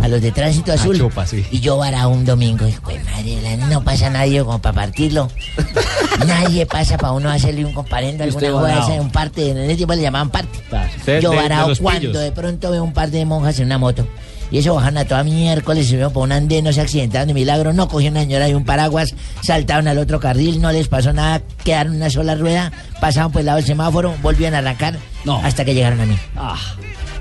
[SPEAKER 24] A los de tránsito azul.
[SPEAKER 4] Ah, Chupa, sí.
[SPEAKER 24] Y yo varado un domingo. Dijo, "Pues, madre, la- no pasa nadie como para partirlo. nadie pasa para uno hacerle un comparendo,
[SPEAKER 4] Y usted
[SPEAKER 24] alguna cosa
[SPEAKER 4] varao.
[SPEAKER 24] esa, un parte. En ese tiempo le llamaban parte.
[SPEAKER 4] Usted
[SPEAKER 24] Yo
[SPEAKER 4] de- de
[SPEAKER 24] varao
[SPEAKER 4] los
[SPEAKER 24] cuando
[SPEAKER 4] pillos.
[SPEAKER 24] de pronto veo un par de monjas en una moto. Y eso bajaron a toda miércoles, se vieron por un andén, no se accidentaron de milagro, no cogieron una señora y un paraguas, saltaron al otro carril, no les pasó nada, quedaron una sola rueda, pasaron por el lado del semáforo, volvían a arrancar hasta que llegaron a mí.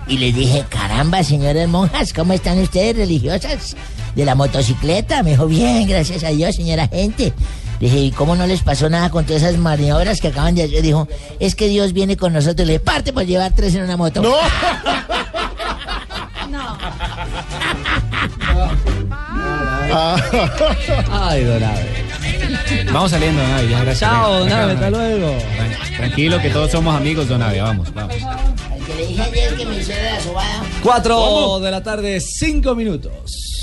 [SPEAKER 24] Y les dije, caramba, señores monjas, ¿cómo están ustedes religiosas? De la motocicleta. Me dijo, bien, gracias a Dios, señora gente. Le dije, ¿y cómo no les pasó nada con todas esas maniobras que acaban de hacer? Dijo, es que Dios viene con nosotros. Le dije, parte por llevar tres en una moto. ¡No!
[SPEAKER 4] Ah. Ay, don Abe.
[SPEAKER 14] Vamos saliendo, don Abe, ya, gracias.
[SPEAKER 4] Chao, don
[SPEAKER 14] Venga,
[SPEAKER 4] Abe,
[SPEAKER 14] venga,
[SPEAKER 4] hasta
[SPEAKER 14] don Abe.
[SPEAKER 4] luego.
[SPEAKER 14] Tran- Tranquilo, que todos somos amigos, don Abe, vamos, vamos.
[SPEAKER 24] Que le dije ayer que me hiciera la sobada.
[SPEAKER 4] 4 de la tarde, 5 minutos.